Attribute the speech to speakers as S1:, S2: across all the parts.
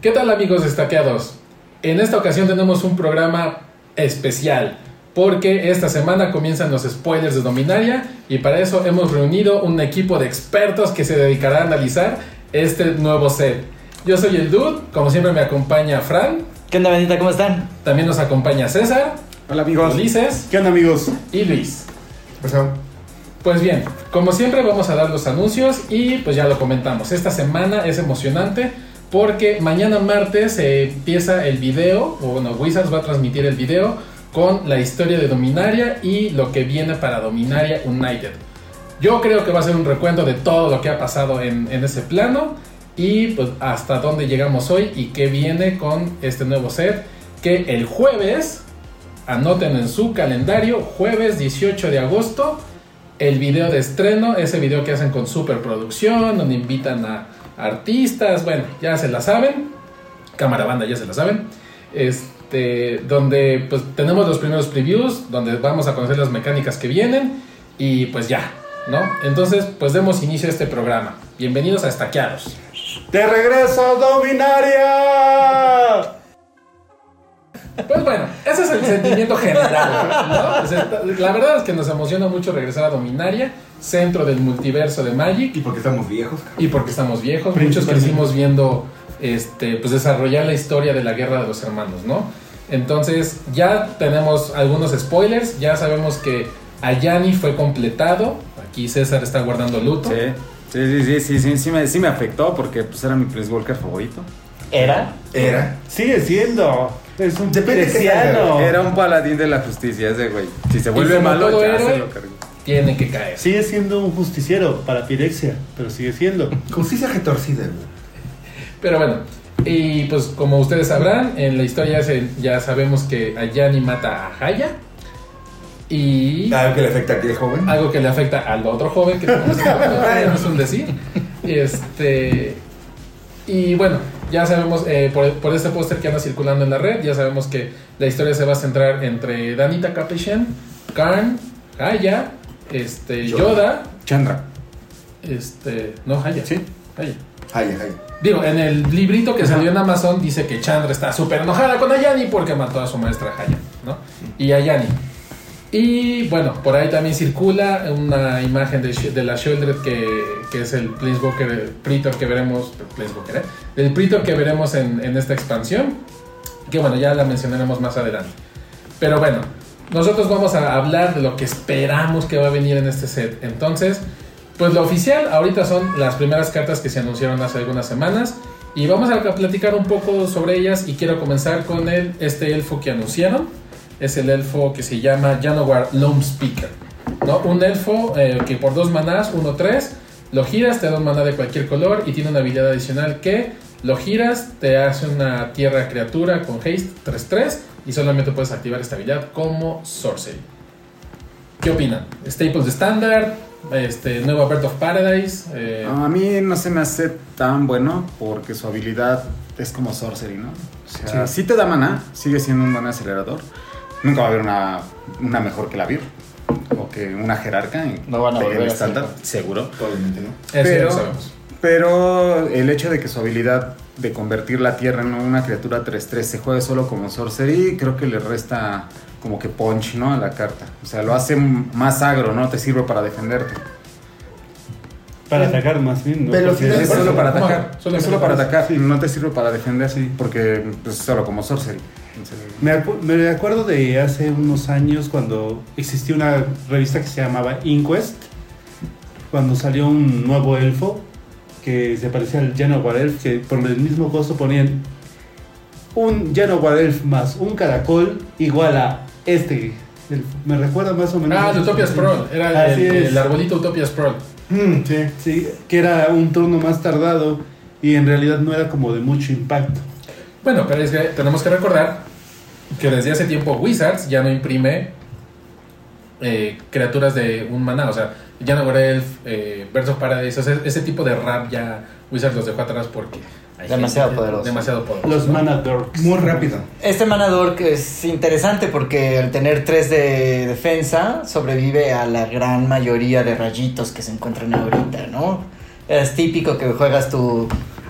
S1: ¿Qué tal amigos destaqueados? En esta ocasión tenemos un programa especial porque esta semana comienzan los spoilers de Dominaria y para eso hemos reunido un equipo de expertos que se dedicará a analizar este nuevo set. Yo soy el Dude, como siempre me acompaña Fran,
S2: ¿Qué onda, bandita? ¿Cómo están?
S1: también nos acompaña César,
S3: Hola amigos.
S1: Ulises
S3: ¿Qué onda amigos?
S1: y Luis. Pues bien, como siempre vamos a dar los anuncios y pues ya lo comentamos. Esta semana es emocionante porque mañana martes se empieza el video, o bueno, Wizards va a transmitir el video con la historia de Dominaria y lo que viene para Dominaria United. Yo creo que va a ser un recuento de todo lo que ha pasado en, en ese plano y pues hasta dónde llegamos hoy y qué viene con este nuevo set que el jueves, anoten en su calendario, jueves 18 de agosto, el video de estreno, ese video que hacen con superproducción, donde invitan a artistas, bueno, ya se la saben, cámara banda ya se la saben, este, donde pues tenemos los primeros previews, donde vamos a conocer las mecánicas que vienen y pues ya, ¿no? Entonces pues demos inicio a este programa. Bienvenidos a Estaqueados.
S3: ¡Te regreso, Dominaria!
S1: Pues bueno, ese es el sentimiento general. ¿no? O sea, La verdad es que nos emociona mucho regresar a Dominaria, centro del multiverso de Magic.
S3: Y porque estamos viejos,
S1: y porque estamos viejos, muchos crecimos viendo este, pues desarrollar la historia de la guerra de los hermanos, ¿no? Entonces ya tenemos algunos spoilers, ya sabemos que Ayani fue completado, aquí César está guardando luto,
S4: Sí, sí, sí, sí, sí, sí, sí me, sí me afectó porque pues era mi Place Walker favorito.
S2: ¿Era?
S5: Era.
S3: Sigue siendo. Es un
S5: Depende de qué
S3: preciado.
S4: Era un paladín de la justicia ese güey. Si se
S1: Y
S4: vuelve
S1: como
S4: malo,
S1: todo
S4: ya
S1: héroe-
S4: se lo cargó.
S1: tiene que caer.
S3: Sigue siendo un justiciero para Pirexia, pero sigue siendo.
S5: Justicia retorcida, güey.
S1: Pero bueno, y pues como ustedes sabrán, en la historia ya, se- ya sabemos que Ayani mata a Haya y...
S5: Algo que le afecta a aquel joven.
S1: algo que le afecta al otro joven que tenemos en la pantalla, no es un decir este y bueno ya sabemos eh, por, por este póster que anda circulando en la red ya sabemos que la historia se va a centrar entre Danita Capishen Karn Haya este Yoda
S4: Chandra.
S1: este no Haya
S3: Sí.
S1: Haya.
S5: Ay, ay.
S1: digo en el librito que salió en Amazon dice que Chandra está súper enojada con Ayani porque mató a su maestra Haya no y Ayani y bueno, por ahí también circula una imagen de, Sh- de la Shieldred que, que es el Planeswalker, Pretor que veremos, Planeswalker, ¿eh? el Pretor que veremos en, en esta expansión, que bueno, ya la mencionaremos más adelante. Pero bueno, nosotros vamos a hablar de lo que esperamos que va a venir en este set. Entonces, pues lo oficial ahorita son las primeras cartas que se anunciaron hace algunas semanas y vamos a platicar un poco sobre ellas y quiero comenzar con el, este elfo que anunciaron es el elfo que se llama Janowar Loam Speaker. ¿no? Un elfo eh, que por dos manás, 1-3, lo giras, te da un maná de cualquier color y tiene una habilidad adicional que lo giras, te hace una tierra criatura con haste 3-3 y solamente puedes activar esta habilidad como sorcery. ¿Qué opinan? Staples de Standard, este, nuevo Bird of Paradise. eh,
S3: Ah,
S4: A mí no se me hace tan bueno porque su habilidad es como sorcery, ¿no? O sea, sí, te da maná, sigue siendo un buen acelerador. Nunca va a haber una, una mejor que la Vir o que una jerarca en,
S2: No van a
S4: en
S2: volver a
S4: estándar, seguro.
S5: Probablemente no.
S1: eso ya lo
S4: pero-
S1: sabemos.
S4: Pero el hecho de que su habilidad de convertir la tierra en una criatura 3-3 se juegue solo como sorcery, creo que le resta como que punch, ¿no? A la carta. O sea, lo hace m- más agro, ¿no? Te sirve para defenderte.
S3: Para atacar más bien, ¿no?
S5: Pero
S3: Porque
S5: al final
S4: Es
S5: Por
S4: solo
S5: eso,
S4: para
S1: no,
S4: atacar.
S1: solo
S4: es solo para
S1: defenderse.
S4: atacar. No te sirve para defender, Porque pues, es solo como sorcery. Entonces,
S3: Me, acu- me acuerdo de hace unos años cuando existía una revista que se llamaba Inquest, cuando salió un nuevo elfo que se parecía al Janowar Elf, que por el mismo costo ponían un Janowar Elf más un caracol igual a este elfo. Me recuerda más o menos.
S1: Ah, de Utopia Sprawl. Era el,
S3: Así es.
S1: el arbolito Utopia Sprawl.
S3: Mm, sí. sí, que era un turno más tardado y en realidad no era como de mucho impacto.
S1: Bueno, pero es que tenemos que recordar que desde hace tiempo Wizards ya no imprime eh, criaturas de un maná. O sea, ya no guardé el eh, Birds of Paradise. o sea, ese tipo de rap ya Wizards los dejó atrás porque. hay
S2: Demasiado poderoso.
S1: Demasiado poderoso.
S3: Los
S1: ¿no?
S3: Mana Dorks.
S5: Muy rápido.
S2: Este manador que es interesante porque al tener 3 de defensa sobrevive a la gran mayoría de rayitos que se encuentran ahorita, ¿no? Es típico que juegas tu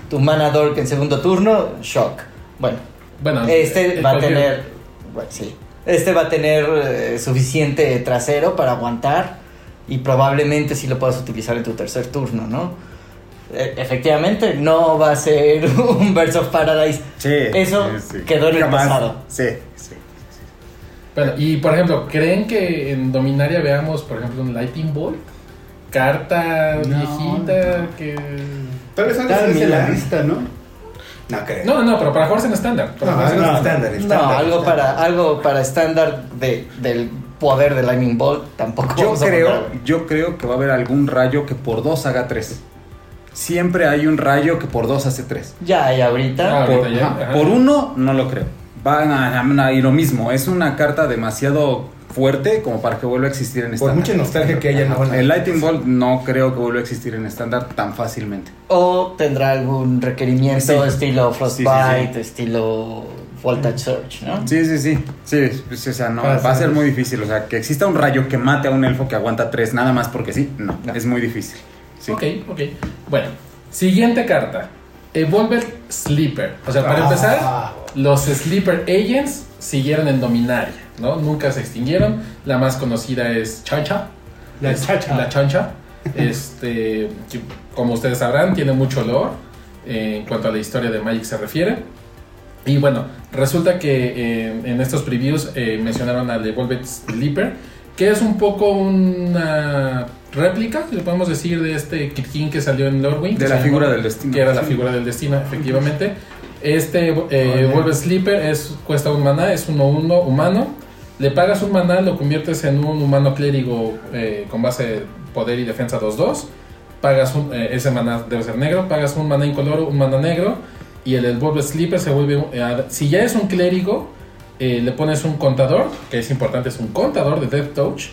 S2: Tu Mana Dork en segundo turno, Shock. Bueno,
S1: Bueno,
S2: este
S1: Ah, el
S2: va a
S1: cualquier-
S2: tener. Bueno, sí. Este va a tener eh, suficiente trasero para aguantar. Y probablemente sí lo puedas utilizar en tu tercer turno, ¿no? E- efectivamente, no va a ser un Verse of Paradise.
S4: Sí,
S2: Eso
S4: sí, sí.
S2: quedó en el
S4: Jamás.
S2: pasado.
S4: Sí, sí.
S1: Bueno, y por ejemplo, ¿creen que en Dominaria veamos, por ejemplo, un Lightning Bolt? Carta
S3: No,
S1: viejita
S3: no.
S1: que.
S5: Tal vez antes
S3: Tal
S5: es
S3: en
S5: el
S3: la
S5: arista.
S3: lista, ¿no?
S5: No creo.
S1: No, no, pero para jugarse en estándar.
S5: No,
S1: Para jugarse
S5: algo
S1: en
S3: no.
S5: estándar, estándar.
S2: No, algo
S5: estándar.
S2: para, algo para estándar de, del poder de Lightning Bolt tampoco.
S4: Yo
S2: vamos a
S4: creo,
S2: poner.
S4: yo creo que va a haber algún rayo que por dos haga tres. Siempre hay un rayo que por dos hace tres.
S2: Ya, y ahorita.
S1: Ah,
S4: Por,
S1: ahorita ya,
S4: ajá,
S1: ajá.
S4: por uno, no lo creo. Van a, a- y lo mismo, es una carta demasiado fuerte como para que vuelva a existir en
S5: Por
S4: estándar.
S5: mucha nostalgia que haya, no van a-
S4: El Lightning Bolt no creo que vuelva a existir en estándar tan fácilmente.
S2: O tendrá algún requerimiento
S4: Sí.
S2: estilo
S4: sí, sí.
S2: Frostbite, estilo Voltage Surge, ¿no?
S4: Sí, sí, sí. Sí, sí, o sea, no,
S1: Para
S4: va a ser
S1: hacer-
S4: muy difícil. O sea, que exista un rayo que mate a un elfo que aguanta tres, nada más porque sí, no,
S2: No.
S4: es muy difícil. Sí.
S1: Ok, ok. Bueno, siguiente carta. Evolver Sleeper. O sea, para
S5: Ah.
S1: empezar, los Sleeper Agents siguieron en Dominaria, ¿no? Nunca se extinguieron. La más conocida es Chancha.
S3: La
S1: Es-
S3: Chacha.
S1: La Chancha. Este, que, como ustedes sabrán, tiene mucho olor en cuanto a la historia de Magic se refiere. Y bueno, resulta que eh, en estos previews eh, mencionaron al Evolved Sleeper, que es un poco una réplica, si le podemos decir, de este Kirkin que salió en Lord Wing.
S4: De
S1: que
S4: la
S1: se
S4: figura
S1: llamó-
S4: del destino.
S1: Que era la
S4: Sí. Oh,
S1: figura del destino, efectivamente. Este eh,
S3: Vale.
S1: Evolved Sleeper es, cuesta un maná, es 1-1 humano. Le pagas un maná, lo conviertes en un humano clérigo eh, con base poder y defensa 2-2. Pagas un, eh, ese maná debe ser negro, pagas un maná incoloro, un maná negro y el Evolved Sleeper se vuelve... un- eh, ad- si ya es un clérigo, eh, le pones un contador, que es importante, es un contador de Death Touch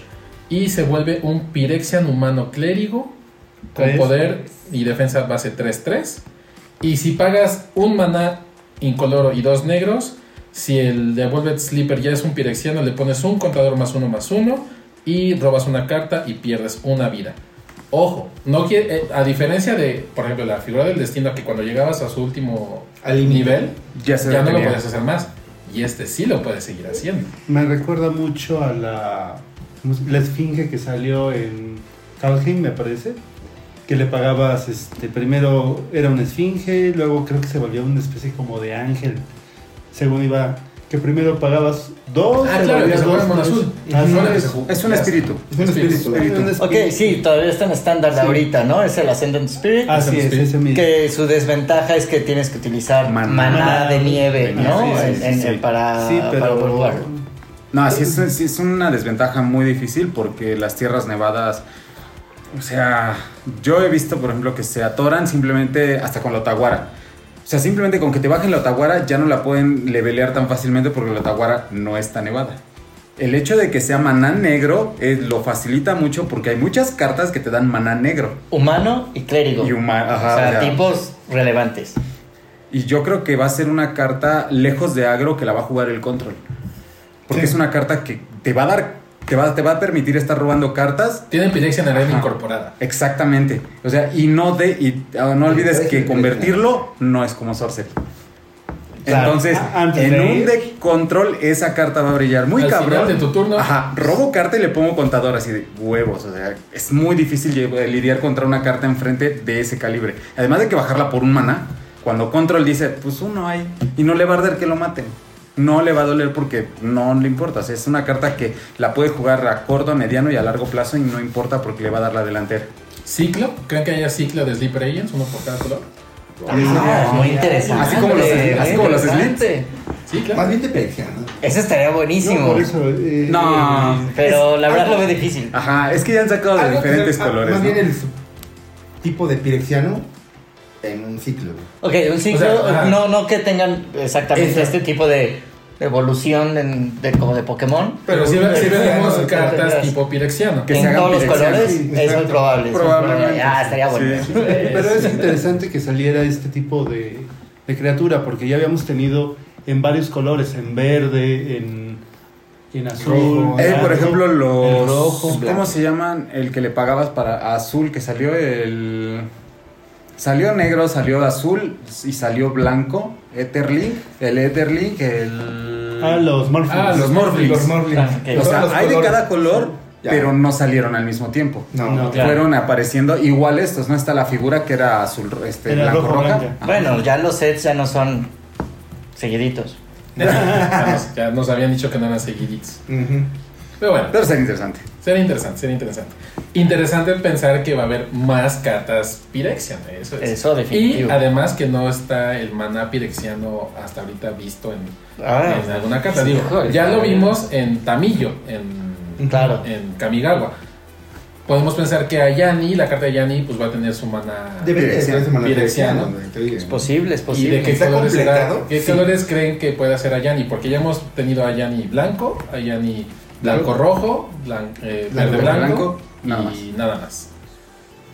S1: y se vuelve un Pirexian humano clérigo con
S3: Tres.
S1: poder y defensa base 3-3. Y si pagas un maná incoloro y dos negros, si el Devolved Sleeper ya es un pirexiano, le pones un contador más uno más uno y robas una carta y pierdes una vida. Ojo, no quiere, eh, a diferencia de, por ejemplo, la figura del destino, que cuando llegabas a su último
S5: Al límite.
S1: nivel,
S4: Ya se
S1: ya no lo
S4: detenía.
S1: puedes hacer más. Y este sí lo puedes seguir haciendo.
S3: Me recuerda mucho a la, la esfinge que salió en Calheim, me parece. Que le pagabas, este, primero era una esfinge, luego creo que se volvió una especie como de ángel. Según iba, que primero pagabas dos.
S1: Ah,
S3: se
S1: claro,
S3: volvía
S1: que se
S3: Oh, dos,
S1: vuelve mono
S3: tres.
S1: azul.
S3: Así
S1: Ahora que
S3: es.
S1: se ju-
S4: Es un espíritu.
S3: Es un espíritu.
S5: Espíritu.
S3: Un espíritu.
S2: Ok, sí, todavía está en estándar de ahorita, ¿no? Es el Ascendant Spirit.
S3: Así es, ese mismo.
S2: Que su desventaja es que tienes que utilizar
S4: Maná.
S2: maná, de nieve, ¿no?
S3: Sí, sí,
S2: En-
S4: sí,
S2: en-
S4: sí.
S2: en- Para,
S3: Sí,
S2: para
S3: pero.
S2: Overwatch.
S4: No, sí es, sí es una desventaja muy difícil porque las tierras nevadas, o sea, yo he visto, por ejemplo, que se atoran simplemente hasta con la otaguara. O sea, simplemente con que te bajen la otaguara ya no la pueden levelear tan fácilmente porque la otaguara no está nevada. El hecho de que sea maná negro eh, lo facilita mucho porque hay muchas cartas que te dan maná negro.
S2: Humano y clérigo.
S4: Y huma- ajá,
S2: o sea,
S4: o sea.
S2: tipos relevantes.
S4: Y yo creo que va a ser una carta lejos de agro que la va a jugar el control. Porque
S3: Sí.
S4: es una carta que te va a dar, te va, te va a permitir estar robando cartas.
S1: Tienen Pirexian Arena
S4: Ajá.
S1: incorporada.
S4: Exactamente. O sea, y no de, y ah, no olvides que convertirlo no es como sorcery.
S3: Claro.
S4: Entonces,
S3: A- Ah, antes
S4: en
S3: de
S4: un
S3: ir.
S4: deck control, esa carta va a brillar muy
S1: Al
S4: cabrón.
S1: final de tu turno.
S4: Ajá, robo carta y le pongo contador así de huevos. O sea, es muy difícil lle- eh, lidiar contra una carta enfrente de ese calibre. Además de que bajarla por un maná, cuando control dice, pues uno hay, y no le va a arder que lo maten. No le va a doler porque no le importa. O sea, es una carta que la puede jugar a corto, mediano y a largo plazo y no importa porque le va a dar la delantera.
S1: ¿Ciclo? ¿Creen que haya ciclo de Sleeper Agents? Uno por cada color.
S2: Ah, muy interesante.
S4: Así como los- así como los
S2: interesante.
S1: Sí,
S5: Más
S1: claro.
S5: bien te pegan, ¿no?
S2: Eso estaría
S3: No,
S2: buenísimo.
S3: por eso. eh,
S4: No.
S3: eh,
S2: pero la verdad lo veo difícil.
S4: Ajá, es que ya han sacado de
S5: Algo que
S4: diferentes
S5: sea- ah,
S4: colores.
S5: Más
S4: ¿no?
S5: bien el sub- tipo de pirexiano en un ciclo. güey.
S2: Ok, un ciclo,
S1: O sea, ajá.
S2: no, no que tengan exactamente
S5: Eso.
S2: este tipo de evolución en- de, como de Pokémon.
S1: Pero sí, ve- sí
S5: Pirexiano,
S1: veremos
S5: de
S1: cartas
S2: cartas.
S1: tipo Pirexiano.
S4: Que se
S2: en
S4: hagan
S2: todos los
S4: pirexianos.
S2: colores
S5: Sí,
S2: es muy
S5: exacto.
S2: probable. es muy
S4: Probablemente.
S2: probable. Ah, estaría bueno.
S4: Sí.
S3: Pero es interesante que saliera este tipo de, de criatura, porque ya habíamos tenido en varios colores, en verde, en, en azul.
S5: Rojo.
S4: Eh, por
S3: blanco,
S4: ejemplo,
S3: el
S4: los.
S3: rojo.
S4: ¿Cómo se llaman? El que le pagabas para azul que salió el. Salió negro, salió azul y salió blanco. Etherlink, el Etherlink, el.
S3: Ah, los Morpheus.
S1: Ah,
S4: los Morphling.
S5: Los Morlings.
S2: Ah, ok.
S4: O
S5: Todos
S4: sea,
S5: los
S4: hay de
S5: colores.
S4: cada color,
S5: Ya.
S4: pero no salieron al mismo tiempo.
S5: No,
S3: No.
S5: no.
S1: Claro.
S4: Fueron apareciendo igual estos, ¿no? Está la figura que era azul, este,
S3: Era
S4: blanco,
S3: rojo,
S4: roja.
S3: blanca.
S4: Ajá.
S2: Bueno, ya los sets ya no son seguiditos.
S1: ya, nos, ya nos habían dicho que no eran seguiditos.
S5: Ujú.
S1: Pero bueno,
S4: Pero sería interesante.
S1: será interesante, será interesante. Interesante pensar que va a haber más cartas Pirexian, eso es.
S2: Eso
S1: Pues, Y
S2: definitivo.
S1: además que no está el maná pirexiano hasta ahorita visto en,
S2: Ah,
S1: en alguna carta. Digo,
S2: Híjole.
S1: ya lo vimos en Tamillo, en,
S2: Claro.
S1: en Kamigawa. Podemos pensar que Ayani, la carta de Ayani, pues va a tener su maná.
S5: Debería de
S4: Dirección.
S5: ser semana
S1: Dirección,
S5: dirección, donde te digan.
S2: es posible, es
S1: ¿Y
S2: posible.
S1: de qué,
S5: ¿Está
S1: colores, será?
S5: completado?
S1: ¿Qué
S5: Sí.
S1: colores creen que puede hacer Ayani? Porque ya hemos tenido Ayani blanco, Ayani blanco-rojo, blan- eh,
S5: Blanco,
S1: verde-blanco
S4: blanco, nada más.
S1: y nada más.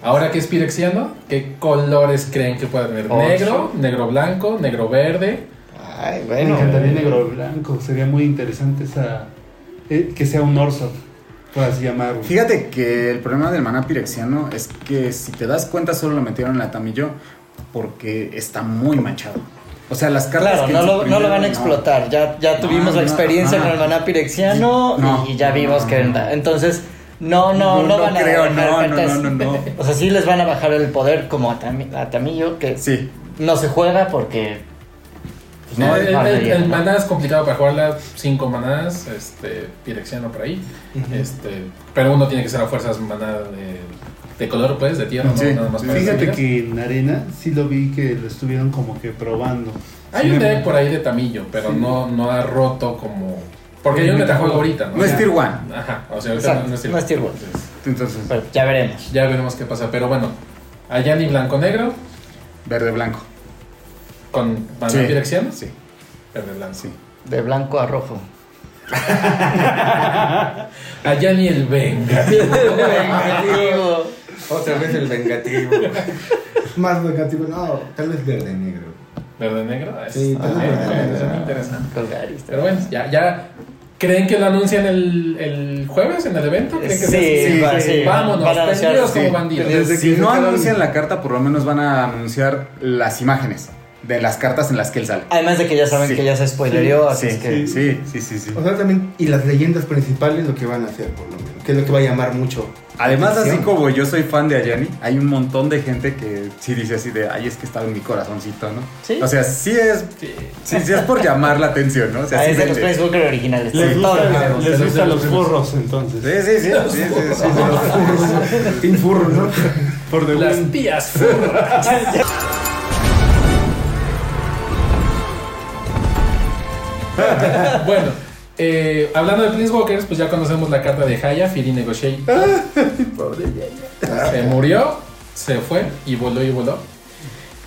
S1: Ahora que es pirexiano, ¿qué colores creen que pueda tener?
S2: Ocho.
S1: Negro, negro-blanco, negro-verde.
S5: Ay,
S3: Me
S5: bueno.
S3: encantaría negro blanco. Sería muy interesante esa. eh, que sea un Orsor, por así llamarlo.
S4: Fíjate que el problema del maná pirexiano es que si te das cuenta solo lo metieron en la tamillo porque está muy manchado. O sea, las cartas
S2: Claro,
S4: que
S2: no
S4: se
S2: lo, no lo van a
S4: imprimieron, no.
S2: explotar. Ya, ya
S4: No,
S2: tuvimos la
S4: no,
S2: experiencia
S4: ajá.
S2: con el maná pirexiano
S4: Sí, no,
S2: y ya
S4: no,
S2: vimos
S4: no,
S2: que.
S4: no.
S2: Entonces, no, no, no, van a
S4: creo,
S2: bajar
S4: no, no,
S2: cartas.
S4: no, no, no.
S2: O sea, sí les van a bajar el poder como a, Tami- a Tamillo, que
S4: Sí,
S2: no se juega porque. pues, no,
S1: el,
S2: no
S1: el-
S2: debería,
S1: el
S2: ¿no?
S1: maná es complicado para jugarla, cinco manás, este, pirexiano por ahí. este, pero uno tiene que ser a fuerzas maná de, de color, pues, de tierra,
S4: Sí.
S1: no nada más para
S3: Fíjate
S1: Tamillo.
S3: que en Arena sí lo vi que lo estuvieron como que probando.
S1: Hay
S3: Sin
S1: un
S3: embargo-
S1: deck por ahí de Tamillo, pero
S3: Sí.
S1: no, no ha roto como. Porque hay un
S3: Sí,
S1: metajuego
S3: metajuego.
S1: ahorita, ¿no?
S4: no es
S1: Ya.
S4: tier one.
S1: Ajá, o sea, ahorita
S2: Exacto,
S1: no es tier
S2: no es tier
S1: one.
S2: one.
S1: Entonces,
S4: Entonces,
S2: Pero ya veremos.
S1: ya veremos qué pasa. Pero bueno, allá ni blanco-negro
S4: verde, blanco.
S1: con maná
S4: Sí.
S1: pirexiano.
S4: Sí.
S1: Verde blanco.
S4: Sí.
S2: De blanco a rojo.
S1: Allá ni el venga.
S2: Vengativo.
S5: Otra vez el vengativo.
S6: Más negativo, no, tal vez verde negro.
S1: Verde negro. Es,
S6: Sí,
S1: también,
S5: también.
S1: bueno, es muy interesante.
S2: Colgaris.
S1: Pero bueno, ya, ya. ¿Creen que lo anuncian el, el jueves en el evento? ¿Creen que
S2: Sí,
S1: sea así?
S2: sí,
S1: Vámonos,
S2: sí. Van a anunciar,
S1: perdidos como
S2: sí.
S1: bandidos.
S5: Desde
S4: si
S5: que
S4: no
S5: sacaron-
S4: anuncian la carta, por lo menos van a anunciar las imágenes de las cartas en las que él sale.
S2: Además de que ya saben
S4: Sí.
S2: que ya se spoilereó, así
S4: sí,
S2: Ah, es que.
S4: sí, sí, sí, sí.
S5: O sea, también, y las leyendas principales, lo que van a hacer, por lo menos, que es lo que va a llamar mucho.
S4: Además, así
S5: atención.
S4: como yo soy fan de Ayani, hay un montón de gente que sí dice así de, ay, es que está en mi corazoncito, ¿no?
S2: Sí.
S4: O sea, sí es, sí. sí es por llamar la atención, ¿no? O sea,
S2: Ah,
S4: sí
S2: es de los
S4: vende.
S2: Planeswalker originales.
S3: Les
S2: Todos los
S3: gustan
S2: nuevos.
S3: les
S1: sí,
S3: gustan
S1: sí,
S3: los
S1: sí.
S3: burros entonces.
S4: Sí, sí, sí, sí, sí, sí, sí.
S5: Team Furro, ¿no?
S3: Por de
S1: Las tías furras. bueno, eh, hablando de Planeswalkers, pues ya conocemos la carta de Haya, Firi Negotiate. Se murió, se fue y voló y voló.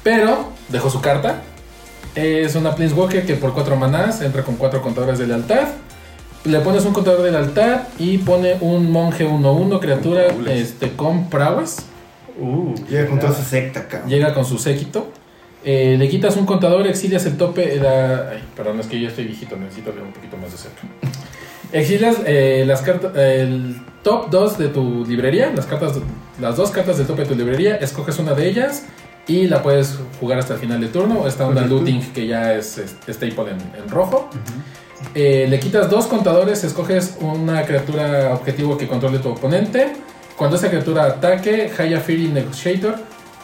S1: Pero dejó su carta. Es una Planeswalker que por cuatro manás entra con cuatro contadores de lealtad. Le pones un contador de lealtad y pone un monje 1-1 criatura este, con prowess.
S3: Uh,
S5: Llega con toda su secta, cabrón.
S1: Llega con su séquito. Eh, le quitas un contador, exilias el tope. eh, la- ay, perdón, es que yo estoy viejito, necesito ver un poquito más de cerca. Exilias eh, las cartas, el top 2 de tu librería, las, cartas, las dos cartas del tope de tu librería, escoges una de ellas y la puedes jugar hasta el final de turno. O Está una
S5: Correcto.
S1: looting que ya es, es- staple en, en rojo. Eh, le quitas dos contadores, escoges una criatura objetivo que controle tu oponente. Cuando esa criatura ataque, Haya Fury Negotiator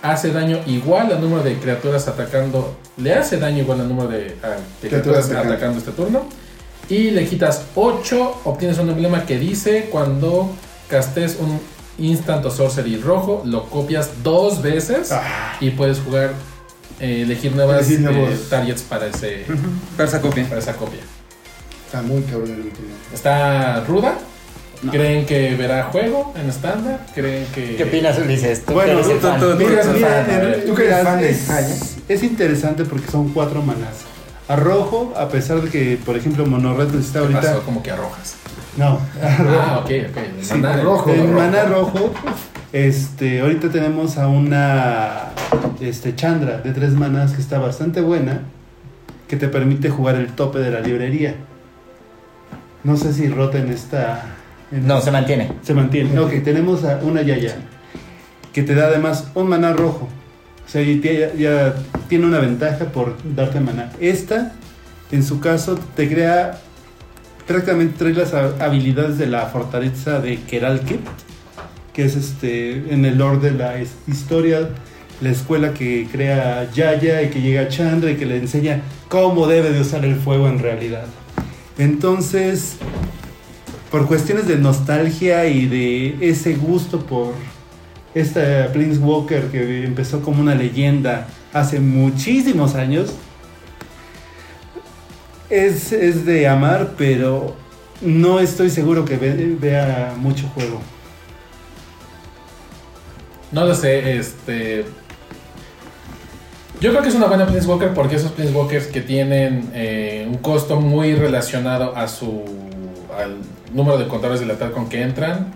S1: hace daño igual al número de criaturas atacando. Le hace daño igual al número de, ah, de criaturas
S5: Criaturas
S1: atacando.
S5: atacando.
S1: este turno. Y le quitas 8. Obtienes un emblema que dice: Cuando castes un instant o sorcery rojo, lo copias dos veces y puedes jugar, eh, elegir nuevas
S5: Ah. Elegir
S1: eh,
S5: nuevos.
S1: targets para, ese,
S4: Persa copia.
S1: para esa copia.
S5: Está muy cabrón el último.
S1: Está ruda. ¿Creen que verá juego en estándar? ¿Creen que.?
S2: ¿Qué opinas, Ulises? Tú
S3: Bueno,
S2: que eres el
S4: tú-
S2: fan.
S4: tú- tú-
S1: Mira,
S4: tú-
S1: mira,
S4: tú-
S1: mira.
S5: Tú que eres fan de
S3: es,
S5: Haya.
S3: es interesante porque son cuatro manás. A rojo, a pesar de que, por ejemplo, Monorred está
S1: ¿Qué
S3: ahorita.
S1: pasó? Como que arrojas.
S3: No, a rojo.
S1: Ah, ok, ok. El
S5: Sí,
S1: maná, el
S5: rojo.
S3: En
S1: rojo.
S3: Maná Rojo, este, ahorita tenemos a una este, Chandra de tres manas que está bastante buena, que te permite jugar el tope de la librería. No sé si rota en esta. en-
S2: No, se mantiene.
S3: se mantiene. Ok, tenemos a una Yaya, que te da además un maná rojo. O sea, y tie- ya, tiene una ventaja por darte maná. Esta, en su caso, te crea prácticamente trae las ha- habilidades de la fortaleza de Keralkip, que es este en el lore de la his- historia, la escuela que crea Yaya y que llega Chandra y que le enseña cómo debe de usar el fuego en realidad. Entonces, por cuestiones de nostalgia y de ese gusto por esta Prince Walker que empezó como una leyenda hace muchísimos años, es, es de amar, pero no estoy seguro que ve- vea mucho juego.
S1: No lo sé, este. Yo creo que es una buena Prince Walker porque esos Prince Walkers que tienen eh, un costo muy relacionado a su. al número de contadores de lealtad con que entran,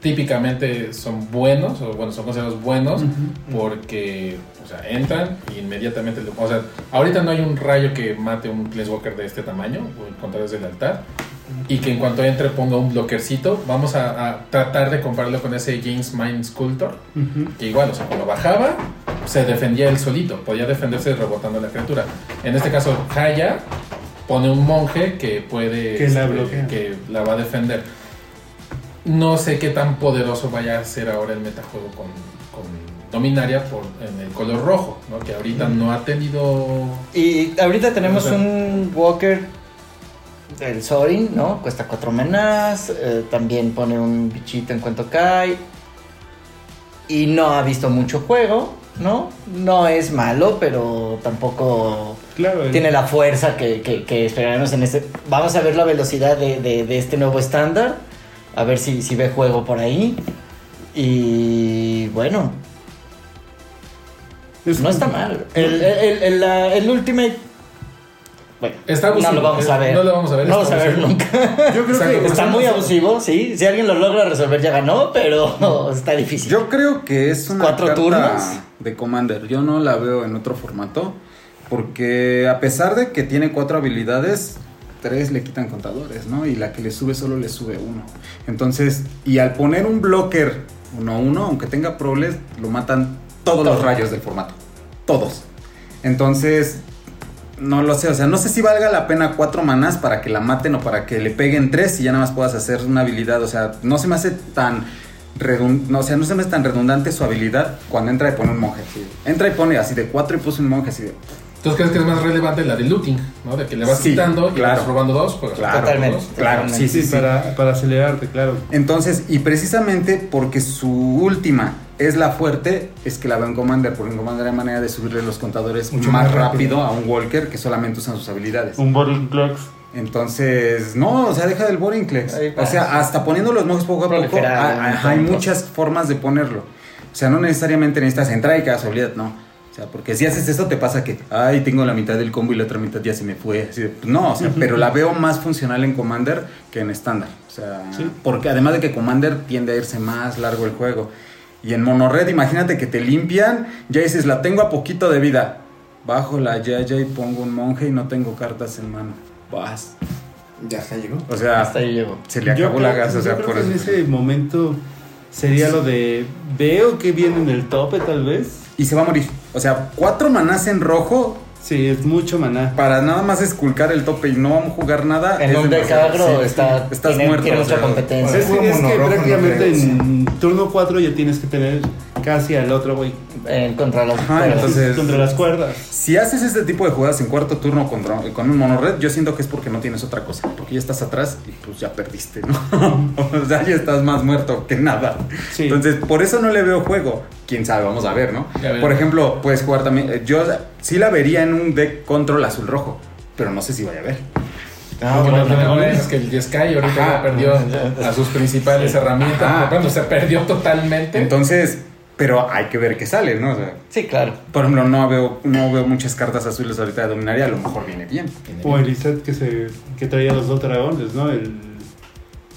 S1: típicamente son buenos, o bueno, son considerados buenos porque, o sea, entran y inmediatamente. le- O sea, ahorita no hay un rayo que mate un Prince Walker de este tamaño, o contadores de lealtad, y que en cuanto entre ponga un bloquercito. Vamos a, a tratar de compararlo con ese James Mind Sculptor. Que igual, o sea, cuando bajaba, se defendía él solito, podía defenderse rebotando a la criatura. En este caso, Haya pone un monje que puede.
S3: Que la
S1: este,
S3: bloquea.
S1: que la va a defender. No sé qué tan poderoso vaya a ser ahora el metajuego con, con Dominaria por, en el color rojo, ¿no? que ahorita no ha tenido.
S2: Y ahorita tenemos
S1: O sea.
S2: un Walker del Sorin, ¿no? Cuesta cuatro menas. eh, también pone un bichito en cuanto cae. Y no ha visto mucho juego, ¿no? No es malo, pero tampoco
S3: Claro, el-
S2: tiene la fuerza que, que- que esperaremos en este. Vamos a ver la velocidad de, de- de este nuevo estándar. A ver si, si ve juego por ahí. Y bueno,
S3: es-
S2: no está mal. El, el, el- la- el Ultimate. Bueno,
S1: Está abusivo.
S2: no lo
S4: eh,
S2: vamos a ver.
S1: No lo vamos a ver,
S2: No
S1: está
S2: vamos a ver
S1: abusivo.
S2: nunca.
S4: Yo creo
S1: Exacto.
S4: que
S2: Está muy abusivo, sí. Si alguien lo logra resolver, ya ganó, pero está difícil.
S4: Yo creo que es una
S2: ¿Cuatro
S4: carta
S2: turnos?
S4: de Commander. Yo no la veo en otro formato. Porque a pesar de que tiene cuatro habilidades, tres le quitan contadores, ¿no? Y la que le sube solo le sube uno. Entonces, y al poner un blocker 1-1, aunque tenga proles, lo matan todos los
S2: Todo.
S4: rayos del formato. Todos. Entonces, no lo sé, o sea, no sé si valga la pena cuatro manás para que la maten o para que le peguen tres y ya nada más puedas hacer una habilidad. O sea, no se me hace tan redundante, o sea, no se me hace tan redundante su habilidad cuando entra y pone un monje. así de- Entra y pone así de cuatro y puso un monje así de.
S1: Entonces, ¿crees que es más relevante la de looting? ¿no? De que le vas
S4: Sí,
S1: quitando y le
S4: claro.
S1: vas robando dos, pues
S4: Claro,
S2: Totalmente.
S4: Claro, sí, sí,
S3: Sí,
S4: sí.
S3: Para, para acelerarte, claro.
S4: Entonces, y precisamente porque su última es la fuerte, es que la veo en Commander, porque en Commander hay manera de subirle los contadores
S3: Mucho
S4: más,
S3: más
S4: rápido
S3: rápido.
S4: a un Walker que solamente usan sus habilidades.
S3: Un Boring Clocks.
S4: Entonces, no, o sea, deja del Borinclex.
S2: Ahí va.
S4: O sea, hasta poniendo los monjes poco a poco,
S2: Proliferar,
S4: a- a-
S2: ¿no?
S4: hay muchas formas de ponerlo. O sea, no necesariamente necesitas entrar y casualidad, no. O sea, porque si haces eso te pasa que, ay, tengo la mitad del combo y la otra mitad ya se me fue. Así de, pues, no, o sea, pero la veo más funcional en Commander que en estándar. O sea,
S3: Sí.
S4: porque además de que Commander tiende a irse más largo el juego. Y en Monorred, imagínate que te limpian, ya dices, la tengo a poquito de vida. Bajo la yaya y pongo un monje y no tengo cartas en mano. Vas.
S5: Ya está, llegó.
S4: O sea,
S2: Hasta ahí llego.
S4: se le acabó
S3: creo-
S4: la gas, o
S3: yo
S4: sea,
S3: creo
S4: por
S3: que
S4: eso.
S3: en ese momento sería lo de veo que viene en el tope tal vez.
S4: Y se va a morir. O sea, cuatro manás en rojo
S3: Sí, es mucho maná.
S4: para nada más esculcar el tope y no vamos a jugar nada.
S2: En
S4: es
S2: un deck
S4: demasiado.
S2: agro
S4: Sí.
S2: está,
S4: Estás
S2: tiene,
S4: muerto,
S2: tiene
S4: o
S2: mucha
S4: sea,
S2: competencia.
S3: Es,
S5: Bueno,
S3: que- es que
S5: monorojo, no
S3: prácticamente
S5: creo,
S3: en turno 4 ya tienes que tener casi al otro güey
S2: en contra las
S4: Ajá,
S2: cuerdas.
S4: entonces- Es-
S3: contra las cuerdas.
S4: Si haces este tipo de jugadas en cuarto turno con, dro- con un monorred, yo siento que es porque no tienes otra cosa. Porque ya estás atrás y pues ya perdiste, ¿no? o sea, ya estás más muerto que nada.
S3: Sí.
S4: Entonces, por eso no le veo juego. Quién sabe, vamos a ver, ¿no?
S1: Ya veremos.
S4: Por ejemplo, puedes jugar también. eh, Yo sí la vería en un deck control azul-rojo, pero no sé si vaya a ver.
S1: Ah, bueno,
S3: bueno,
S1: la
S3: bueno.
S1: verdad es que el Sky ahorita
S4: Ajá.
S1: ya perdió a sus principales herramientas.
S4: Ajá.
S1: Bueno, se perdió totalmente.
S4: Entonces, pero hay que ver qué sale, ¿no? O sea,
S2: Sí, claro.
S4: por ejemplo, no veo, no veo muchas cartas azules ahorita de dominaria, a lo mejor viene bien. viene
S3: O
S4: bien.
S3: el Iset que, se, que traía los dos dragones, ¿no? El,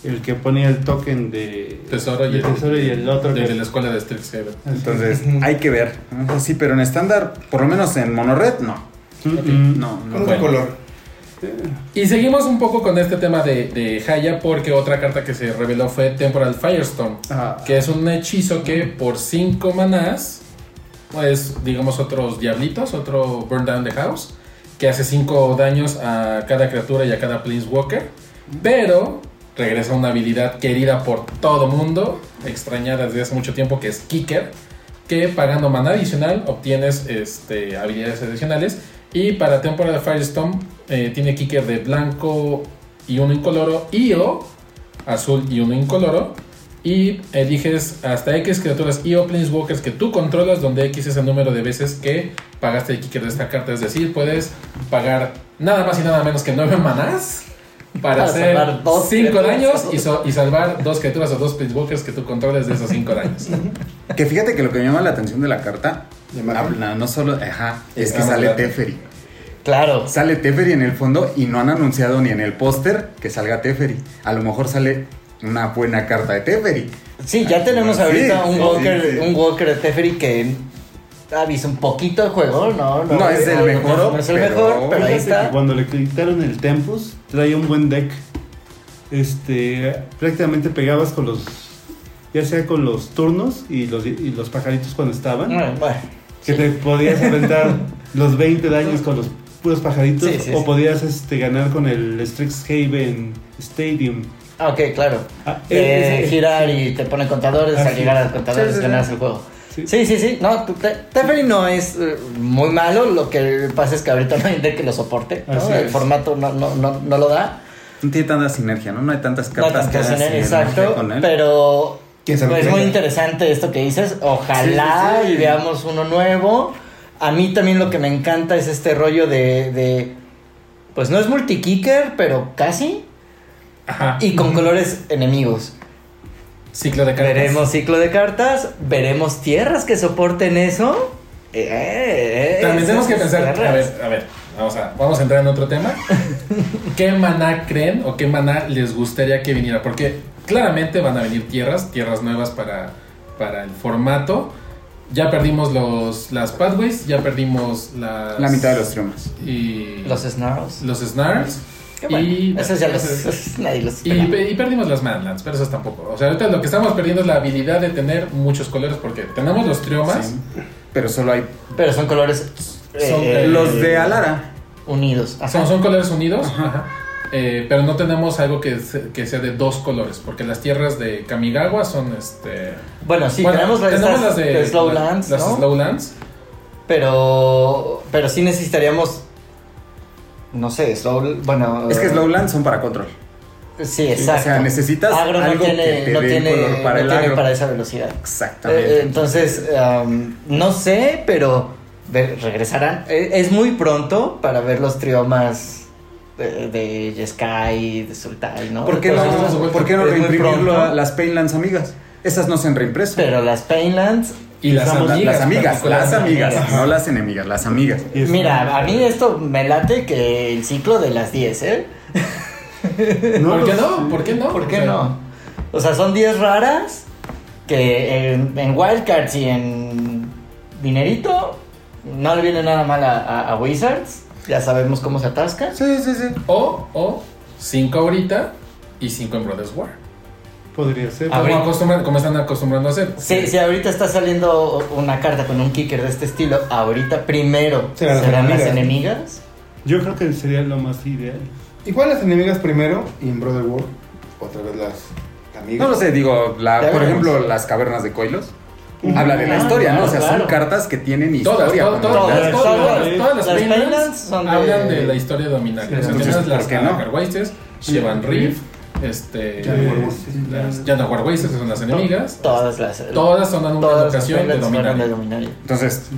S3: el que ponía el token de
S1: Tesoro y
S3: de
S1: el-
S3: tesoro y el otro.
S1: desde
S3: que-
S1: la escuela de Strixhaven.
S4: Entonces, hay que ver. Eso Sí, pero en estándar, por lo menos en monorred, no.
S3: Mm, mm,
S4: No,
S5: Con
S4: no.
S5: otro
S1: Bueno.
S5: color.
S1: Y seguimos un poco con este tema de, de Haya, porque otra carta que se reveló fue Temporal Firestorm,
S3: Ah,
S1: que es un hechizo que por 5 manás es, digamos, otros diablitos, otro Burn Down the House, que hace 5 daños a cada criatura y a cada Planeswalker, pero regresa una habilidad querida por todo mundo, extrañada desde hace mucho tiempo, que es Kicker, que pagando mana adicional obtienes este, habilidades adicionales, y para temporada Firestorm eh, tiene Kicker de blanco y uno incoloro, y o azul y uno incoloro, y eh, eliges hasta X criaturas y o Planeswalkers que tú controlas, donde X es el número de veces que pagaste el kicker de esta carta. Es decir, puedes pagar nada más y nada menos que 9 manás para
S2: Para
S1: hacer
S2: salvar dos
S1: 5
S2: criaturas.
S1: daños y, so- y salvar dos criaturas o dos Planeswalkers que tú controles de esos 5 daños.
S4: Que fíjate que lo que me llama la atención de la carta,
S5: ¿La imagen?
S4: habla- no solo, ajá, es que
S1: Ah,
S4: sale
S1: claro.
S4: Teferi.
S2: Claro.
S4: Sale Teferi en el fondo y no han anunciado ni en el póster que salga Teferi. A lo mejor sale una buena carta de Teferi.
S2: Sí, ya tenemos
S4: Sí,
S2: ahorita un,
S4: sí,
S2: walker,
S4: sí, sí.
S2: un Walker de Teferi que avisa un poquito el juego, ¿no?
S4: No es el mejor,
S2: No, es el
S4: pero-
S2: mejor, pero ahí
S3: Fíjate que
S2: está.
S3: cuando le quitaron el Tempus, traía un buen deck. Este, prácticamente pegabas con los, ya sea con los turnos y los, y los pajaritos cuando estaban,
S2: Bueno, bueno,
S3: que te podías aventar los 20 daños con los puros pajaritos,
S2: Sí, sí,
S3: o
S2: sí.
S3: podías este, ganar con el Strixhaven Stadium.
S2: ah, ok, claro.
S3: Ah,
S2: Eh,
S3: ese-
S2: girar y te ponen contadores,
S3: Ah,
S2: al
S3: sí.
S2: llegar a los contadores
S4: Sí, sí, sí.
S2: ganas el juego.
S3: Sí.
S2: Sí, sí, sí. No, tu- Te- Teferi no es eh, muy malo. Lo que pasa es que ahorita no hay deck que lo soporte. ¿no?
S3: Así
S2: El
S3: es.
S2: formato no, no, no, no lo da.
S4: No tiene tanta sinergia, ¿no? No hay tantas
S2: No tanto
S4: cartas que hagan
S2: en él,
S4: sinergia
S2: exacto,
S4: con él.
S2: pero
S5: ¿Quién sabe
S2: pues,
S5: qué
S2: es muy
S5: venga?
S2: interesante esto que dices. Ojalá
S4: Sí, sí, sí.
S2: y veamos uno nuevo. A mí también lo que me encanta es este rollo de, de pues no es multikicker, pero casi
S1: Ajá.
S2: y con colores enemigos.
S1: Ciclo de cartas.
S2: Veremos ciclo de cartas, veremos tierras que soporten eso. Eh, eh,
S1: También tenemos que
S2: esas
S1: pensar, a
S2: tierras.
S1: ver, a ver, vamos a, vamos a entrar en otro tema. ¿Qué maná creen o qué maná les gustaría que viniera? Porque claramente van a venir tierras, tierras nuevas para, para el formato. Ya perdimos los, las pathways, ya perdimos las...
S4: La mitad de los triomas.
S1: Y
S2: los snarls.
S1: los snarls.
S2: Qué bueno,
S1: y,
S2: esos ya los nadie los
S1: y,
S2: espera.
S1: pe- y perdimos las Madlands, pero esas tampoco. O sea, ahorita lo que estamos perdiendo es la habilidad de tener muchos colores, porque tenemos los triomas.
S4: Sí. Pero solo hay.
S2: Pero son colores
S1: Son
S2: eh,
S4: Los de Alara.
S2: unidos. Ajá.
S1: Son, son colores unidos, ajá. Eh, pero no tenemos algo que, se- que sea de dos colores, porque las tierras de Kamigawa son este.
S2: Bueno, sí,
S1: bueno,
S2: tenemos, estas de Slowlands,
S1: las,
S2: ¿no?
S1: Slowlands.
S2: Pero, pero sí necesitaríamos, no sé, Slow, bueno... eh,
S4: Es que Slowland son para control.
S2: Sí, exacto.
S4: o sea, necesitas
S2: Agro
S4: algo
S2: no tiene,
S4: que te
S2: no
S4: dé
S2: tiene,
S4: color para
S2: no
S4: el
S2: tiene
S4: agro.
S2: para esa velocidad.
S4: Exactamente.
S2: Eh, entonces, um, no sé, pero ve- regresarán. Eh, es muy pronto para ver los triomas de, de Yeskai, de Sultai, ¿no?
S4: ¿Por qué
S2: Entonces,
S1: Pues,
S4: no, ¿por qué no
S2: es muy
S4: reimprimirlo
S2: pronto,
S4: a las Painlands amigas? Esas no se han reimpreso.
S2: Pero las Painlands
S1: Y las
S4: Las-
S1: amigas.
S4: las amigas, las
S2: amigas.
S4: amigas, no las enemigas, las amigas.
S3: Y es-
S2: Mira, a mí esto me late que el ciclo de las 10, ¿eh?
S3: No
S1: ¿Por qué
S3: los-
S1: no? ¿Por qué no?
S2: ¿Por
S1: O
S2: qué
S1: sea,
S2: no? O sea, son 10 raras que en, en Wildcards y en Dinerito no le viene nada mal a, a- a Wizards. Ya sabemos cómo se atasca.
S4: Sí, sí, sí.
S1: O, o cinco ahorita y cinco en Brothers War.
S3: Podría ser.
S1: Como,
S2: Ah, Ahorita.
S1: acostumbran- como están acostumbrando a hacer.
S2: Si, si ahorita está saliendo una carta con un kicker de este estilo, ahorita primero
S5: Serán las
S2: serán las
S5: enemigas.
S2: enemigas.
S3: Yo creo que sería lo más ideal.
S5: Igual las enemigas primero y en Brother War otra vez las amigas.
S4: No lo sé, digo, la-
S2: Ya
S4: por
S2: veremos.
S4: ejemplo, las cavernas de Coilos. Habla de la
S2: Claro,
S4: historia, ¿no? O sea,
S2: claro.
S4: son cartas que tienen
S1: Todas,
S4: historia.
S1: todas,
S4: como
S1: todas,
S4: tal.
S2: Las-
S1: todas,
S3: las-
S1: todas las
S2: las
S1: Painlands
S2: Painlands son de-
S1: hablan de la historia dominante. O sea,
S4: entonces,
S1: tienes las
S4: ¿por qué no?
S1: Araguaises, Shevan Reef, este, las Yanawar Wastes, que son las enemigas.
S2: Todas las.
S1: Todas son en una
S2: todas las
S1: ocasión de
S2: Painlands fueron
S1: dominar.
S2: de dominaria.
S4: Entonces,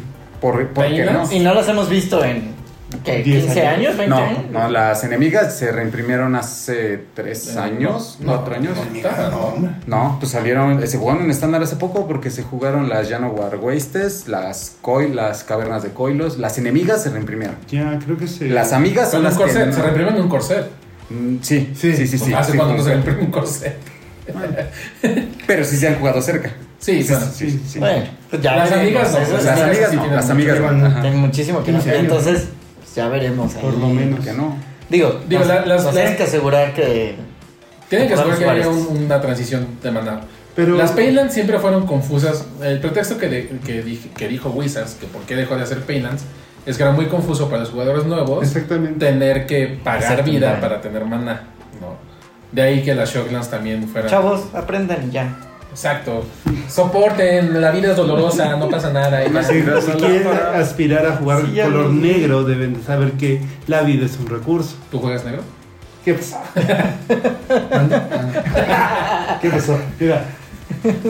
S4: ¿por, por qué no?
S1: Painlands
S2: Y no las hemos visto en. ¿Qué?
S3: 10
S2: ¿15
S3: años.
S2: años? ¿20
S4: No,
S2: años?
S4: no, las enemigas se reimprimieron hace tres
S1: Eh,
S4: años,
S1: no,
S4: cuatro años.
S1: no.
S5: Amiga, no, hombre.
S4: No, pues salieron, se jugaron en estándar hace poco porque se jugaron las Janowar Wastes, las Coil, las cavernas de Coilos, las enemigas se reimprimieron.
S3: Ya, creo que se.
S4: Las amigas
S1: Con
S4: son
S1: un
S4: las que...
S1: corset, se reprimen un corset.
S4: Mm, Sí, sí,
S5: Sí.
S4: sí, sí. sí,
S1: ¿Hace cuando no se
S4: funciona.
S1: reprime un corset?
S4: Pero sí se han jugado cerca.
S1: Sí, bueno.
S4: sí, sí.
S2: Bueno, pues ya
S1: Las
S2: veremos.
S1: amigas no,
S2: Eso
S1: pues,
S2: es-
S4: Las
S1: sí,
S4: amigas
S1: sí
S4: no,
S1: tienen
S4: las
S1: mucho
S4: amigas
S5: que
S4: no.
S5: van-
S4: Ajá.
S2: Hay muchísimo que no.
S5: 15 años.
S2: Entonces, pues, ya veremos. ahí.
S3: Por lo menos.
S4: Que no.
S2: Digo,
S1: Digo,
S2: nos,
S1: la- las-
S2: nos
S1: las-
S2: tienen que asegurar que.
S1: Tienen que
S2: Vamos
S1: saber que
S2: a
S1: haya
S2: varias.
S1: un- una transición de maná.
S3: Pero
S1: Las Paylands siempre fueron confusas. El pretexto que, de- que, dije- que dijo Wizards, que por qué dejó de hacer Paylands, es que era muy confuso para los jugadores nuevos
S3: Exactamente.
S1: tener que pagar
S2: Exacto,
S1: vida
S2: mana.
S1: para tener maná. ¿no? De ahí que las Shocklands también fueran.
S2: Chavos, aprendan y ya.
S1: Exacto. Soporten, la vida es dolorosa, no pasa nada. y ya.
S4: Sí, gracias.
S3: Si quieren aspirar a jugar
S2: Sí, ya
S3: color
S2: lo-
S3: negro, deben de saber que la vida es un recurso.
S1: ¿Tú juegas negro?
S3: ¿Qué pasó? ¿Qué pasó? Mira,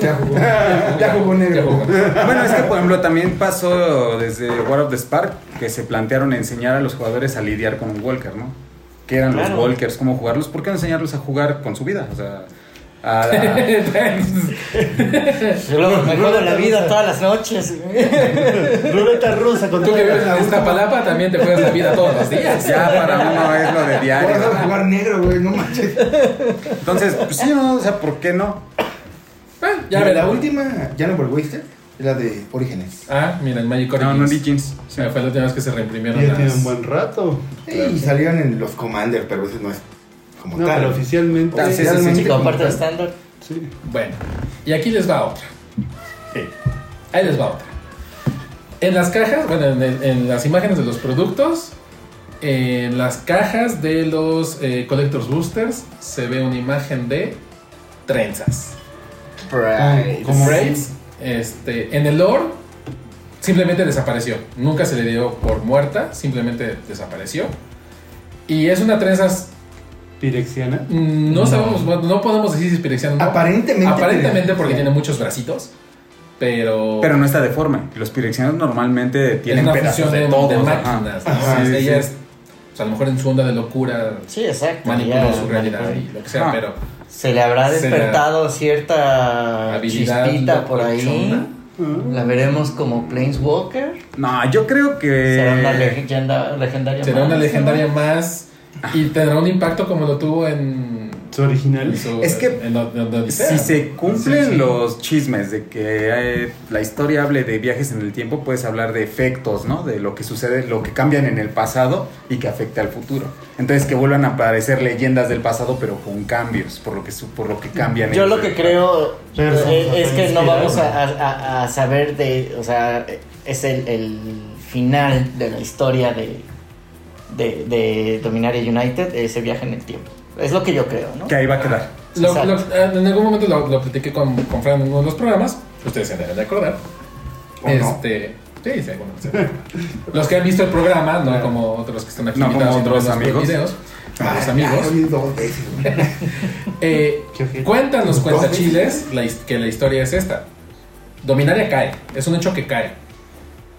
S6: Ya jugó. Ya jugó
S1: Ya
S6: negro.
S1: jugó.
S4: Bueno, es que por ejemplo también pasó desde War of the Spark que se plantearon enseñar a los jugadores a lidiar con un Walker, ¿no? ¿Qué eran los
S2: Claro.
S4: Walkers? ¿Cómo jugarlos? ¿Por qué no enseñarlos a jugar con su vida? O sea, a- a-
S2: Luego me juego la vida todas las noches.
S3: ruleta rusa con
S1: Tú que vives
S3: la
S1: en Iztapalapa también te juegas la vida todos los días.
S4: ya para uno es lo de diario.
S6: Vas a jugar negro, güey, no manches.
S4: Entonces, pues, sí, ¿no? O sea, ¿por qué no?
S1: Bueno, Ah, ya
S6: Mira,
S1: verás.
S6: la última, ya no por Wasted, es la de Orígenes.
S1: Ah, mira, el Magic
S4: No,
S1: Origins.
S4: no Origins. Sí.
S1: Eh, Fue la última vez que se reimprimieron
S3: Ya tiene
S1: las...
S3: un buen rato.
S6: Y salieron en los Commander, pero eso no es como
S3: No,
S6: tal.
S3: pero oficialmente.
S4: Ah, sí, sí, sí.
S6: Oficialmente
S2: Chico,
S6: como
S2: aparte de
S6: tal.
S2: estándar.
S3: Sí.
S1: Bueno, y aquí les va otra. Ahí les va otra. En las cajas, bueno, en, el- en las imágenes de los productos, en las cajas de los eh, Collectors Boosters, se ve una imagen de trenzas.
S6: Ay,
S3: ¿Cómo?
S1: Braids, este, en el lore, simplemente desapareció. Nunca se le dio por muerta, simplemente desapareció. Y es una trenza,
S3: Pirexiana.
S1: mm, no, sabemos, bueno, no podemos decir si es pirexiana o no.
S4: Este
S6: Aparentemente.
S1: Aparentemente porque tiene muchos bracitos, pero...
S4: Pero no está deforme. Los pirexianos normalmente
S1: tiene
S4: tienen
S1: una
S4: pedazos
S1: función de,
S4: de,
S1: de
S4: todo.
S1: máquinas. ¿no?
S6: Ajá,
S1: O sea,
S4: sí,
S1: ella
S4: sí.
S1: es, o sea, a lo mejor en su onda de locura
S2: Sí, exacto.
S1: manipuló
S2: ya,
S1: su realidad
S2: manipuló.
S1: y lo que sea,
S4: Ah.
S1: pero
S2: Se le habrá
S1: Se le-
S2: despertado cierta
S1: habilidad
S2: chispita por ahí.
S1: locochona.
S3: Ah.
S2: La veremos como Planeswalker.
S4: No, yo creo que.
S2: Será una leyenda, legendaria.
S1: Eh, será una
S2: más,
S1: legendaria más y tendrá un impacto como lo tuvo en.
S3: Su original.
S1: en su-
S4: Es que
S1: en lo- en lo-
S4: Si se cumplen
S1: Sí, sí.
S4: los chismes de que eh, la historia hable de viajes en el tiempo, puedes hablar de efectos, ¿no? De lo que sucede, lo que cambian en el pasado y que afecta al futuro. Entonces que vuelvan a aparecer leyendas del pasado, pero con cambios, por lo que su- por lo que cambian.
S2: Yo
S4: en-
S2: lo que creo
S3: Pero
S2: es,
S3: vamos a
S2: es que no
S3: inspirar,
S2: vamos a,
S3: ¿no?
S2: a- a- a saber de, o sea, es el, el final de la historia de, de, de Dominaria United, ese viaje en el tiempo. Es lo que yo creo, ¿no?
S4: que ahí va a quedar.
S1: Lo-
S2: Exacto.
S1: lo- en algún momento lo, lo platiqué con, con Fran en uno de los programas. Ustedes se deben de acordar.
S6: ¿O no?
S1: este. Sí, sí, algunos, sí. Los que han visto el programa, no como otros que están aquí
S4: No como
S1: invitados en
S4: otros
S1: los
S4: amigos.
S1: videos,
S6: Ay,
S1: los amigos.
S6: Ah, ya, oí dos veces, güey.
S1: Eh,
S3: Qué ojete.
S1: cuentan los
S6: Entonces-
S1: cuentachiles la his- que la historia es esta. Dominaria cae, es un hecho que cae.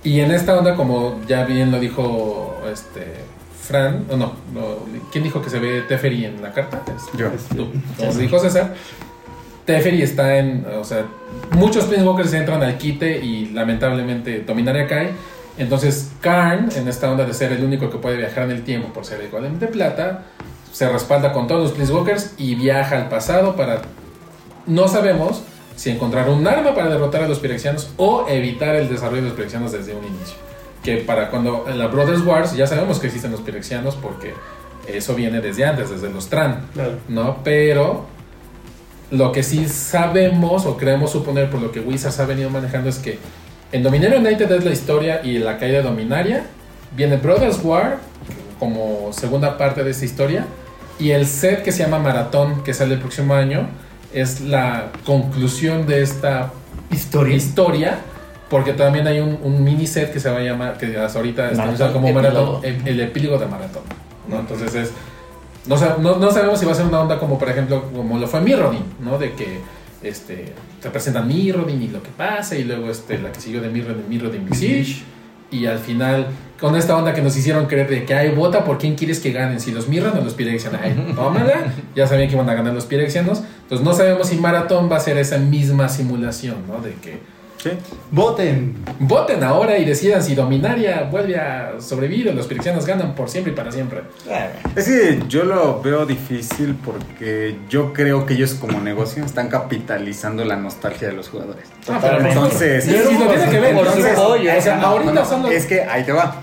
S1: Y en esta onda, como ya bien lo dijo este Fran, o no, no, ¿quién dijo que se ve Teferi en la carta? Es-
S4: Yo.
S1: tú,
S3: Este,
S1: Este, como dijo César, Teferi está en, o sea, muchos Planeswalkers entran al quite y lamentablemente Dominaria cae. Entonces Karn, en esta onda de ser el único que puede viajar en el tiempo por ser igual de plata, se respalda con todos los Planeswalkers y viaja al pasado para, no sabemos si encontrar un arma para derrotar a los Pirexianos o evitar el desarrollo de los Pirexianos desde un inicio. Que para cuando en la Brothers Wars ya sabemos que existen los Pirexianos porque eso viene desde antes, desde los Tran.
S3: Claro.
S1: ¿no? Pero lo que sí sabemos o creemos suponer por lo que Wizards ha venido manejando es que en Dominaria United es la historia y la caída de Dominaria. Viene Brothers War como segunda parte de esta historia. Y el set que se llama Maratón, que sale el próximo año, es la conclusión de esta
S6: Historia.
S1: historia, porque también hay un, un mini set que se va a llamar, que hasta ahorita está
S2: Maratón,
S1: usado como
S2: epílogo.
S1: maratón, el, el epílogo de maratón. ¿no? Entonces es. No, sab- no- no sabemos si va a ser una onda como, por ejemplo, como lo fue Mirrodin, ¿no? De que este, te presentan Mirrodin y lo que pasa, y luego este, la que siguió de Mirrodin, Mirrodin Visage, y al final, con esta onda que nos hicieron creer de que hay vota por quién quieres que ganen, si los Mirrodin o los Pirexian, ay, tómala, ya sabían que iban a ganar los Pirexianos, entonces no sabemos si Maratón va a ser esa misma simulación, ¿no? De que
S3: Voten.
S1: Voten ahora y decidan si Dominaria vuelve a sobrevivir o los pirexianos ganan por siempre y para siempre.
S2: Ah, bueno.
S4: Es que yo lo veo difícil porque yo creo que ellos como negocio están capitalizando la nostalgia de los jugadores.
S1: Ah, pero
S2: Totalmente.
S4: Entonces,
S1: Sí, sí, lo tiene que ver.
S2: Por su
S1: Entonces,
S2: pollo,
S1: o sea,
S2: no,
S1: ahorita
S4: No, no,
S1: son los...
S4: Es que ahí te va.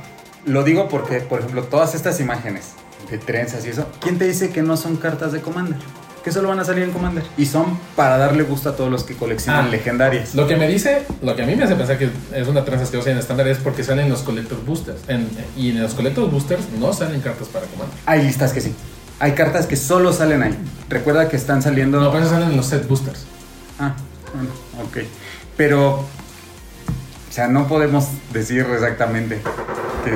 S4: Lo digo porque, por ejemplo, todas estas imágenes de trenzas y eso, ¿quién te dice que no son cartas de Commander? Que que solo van a salir en Commander. Y son para darle gusto a todos los que coleccionan
S1: Ah.
S4: legendarias.
S1: Lo que me dice, lo que a mí me hace pensar que es una tranza asquerosa en estándar es porque salen los Collector Boosters. En- y en los Collector Boosters no salen cartas para Commander.
S4: Hay listas que sí. Hay cartas que solo salen ahí. Recuerda que están saliendo.
S1: No, pero eso salen en los Set Boosters.
S4: Ah, bueno, ok. Pero, o sea, no podemos decir exactamente. que-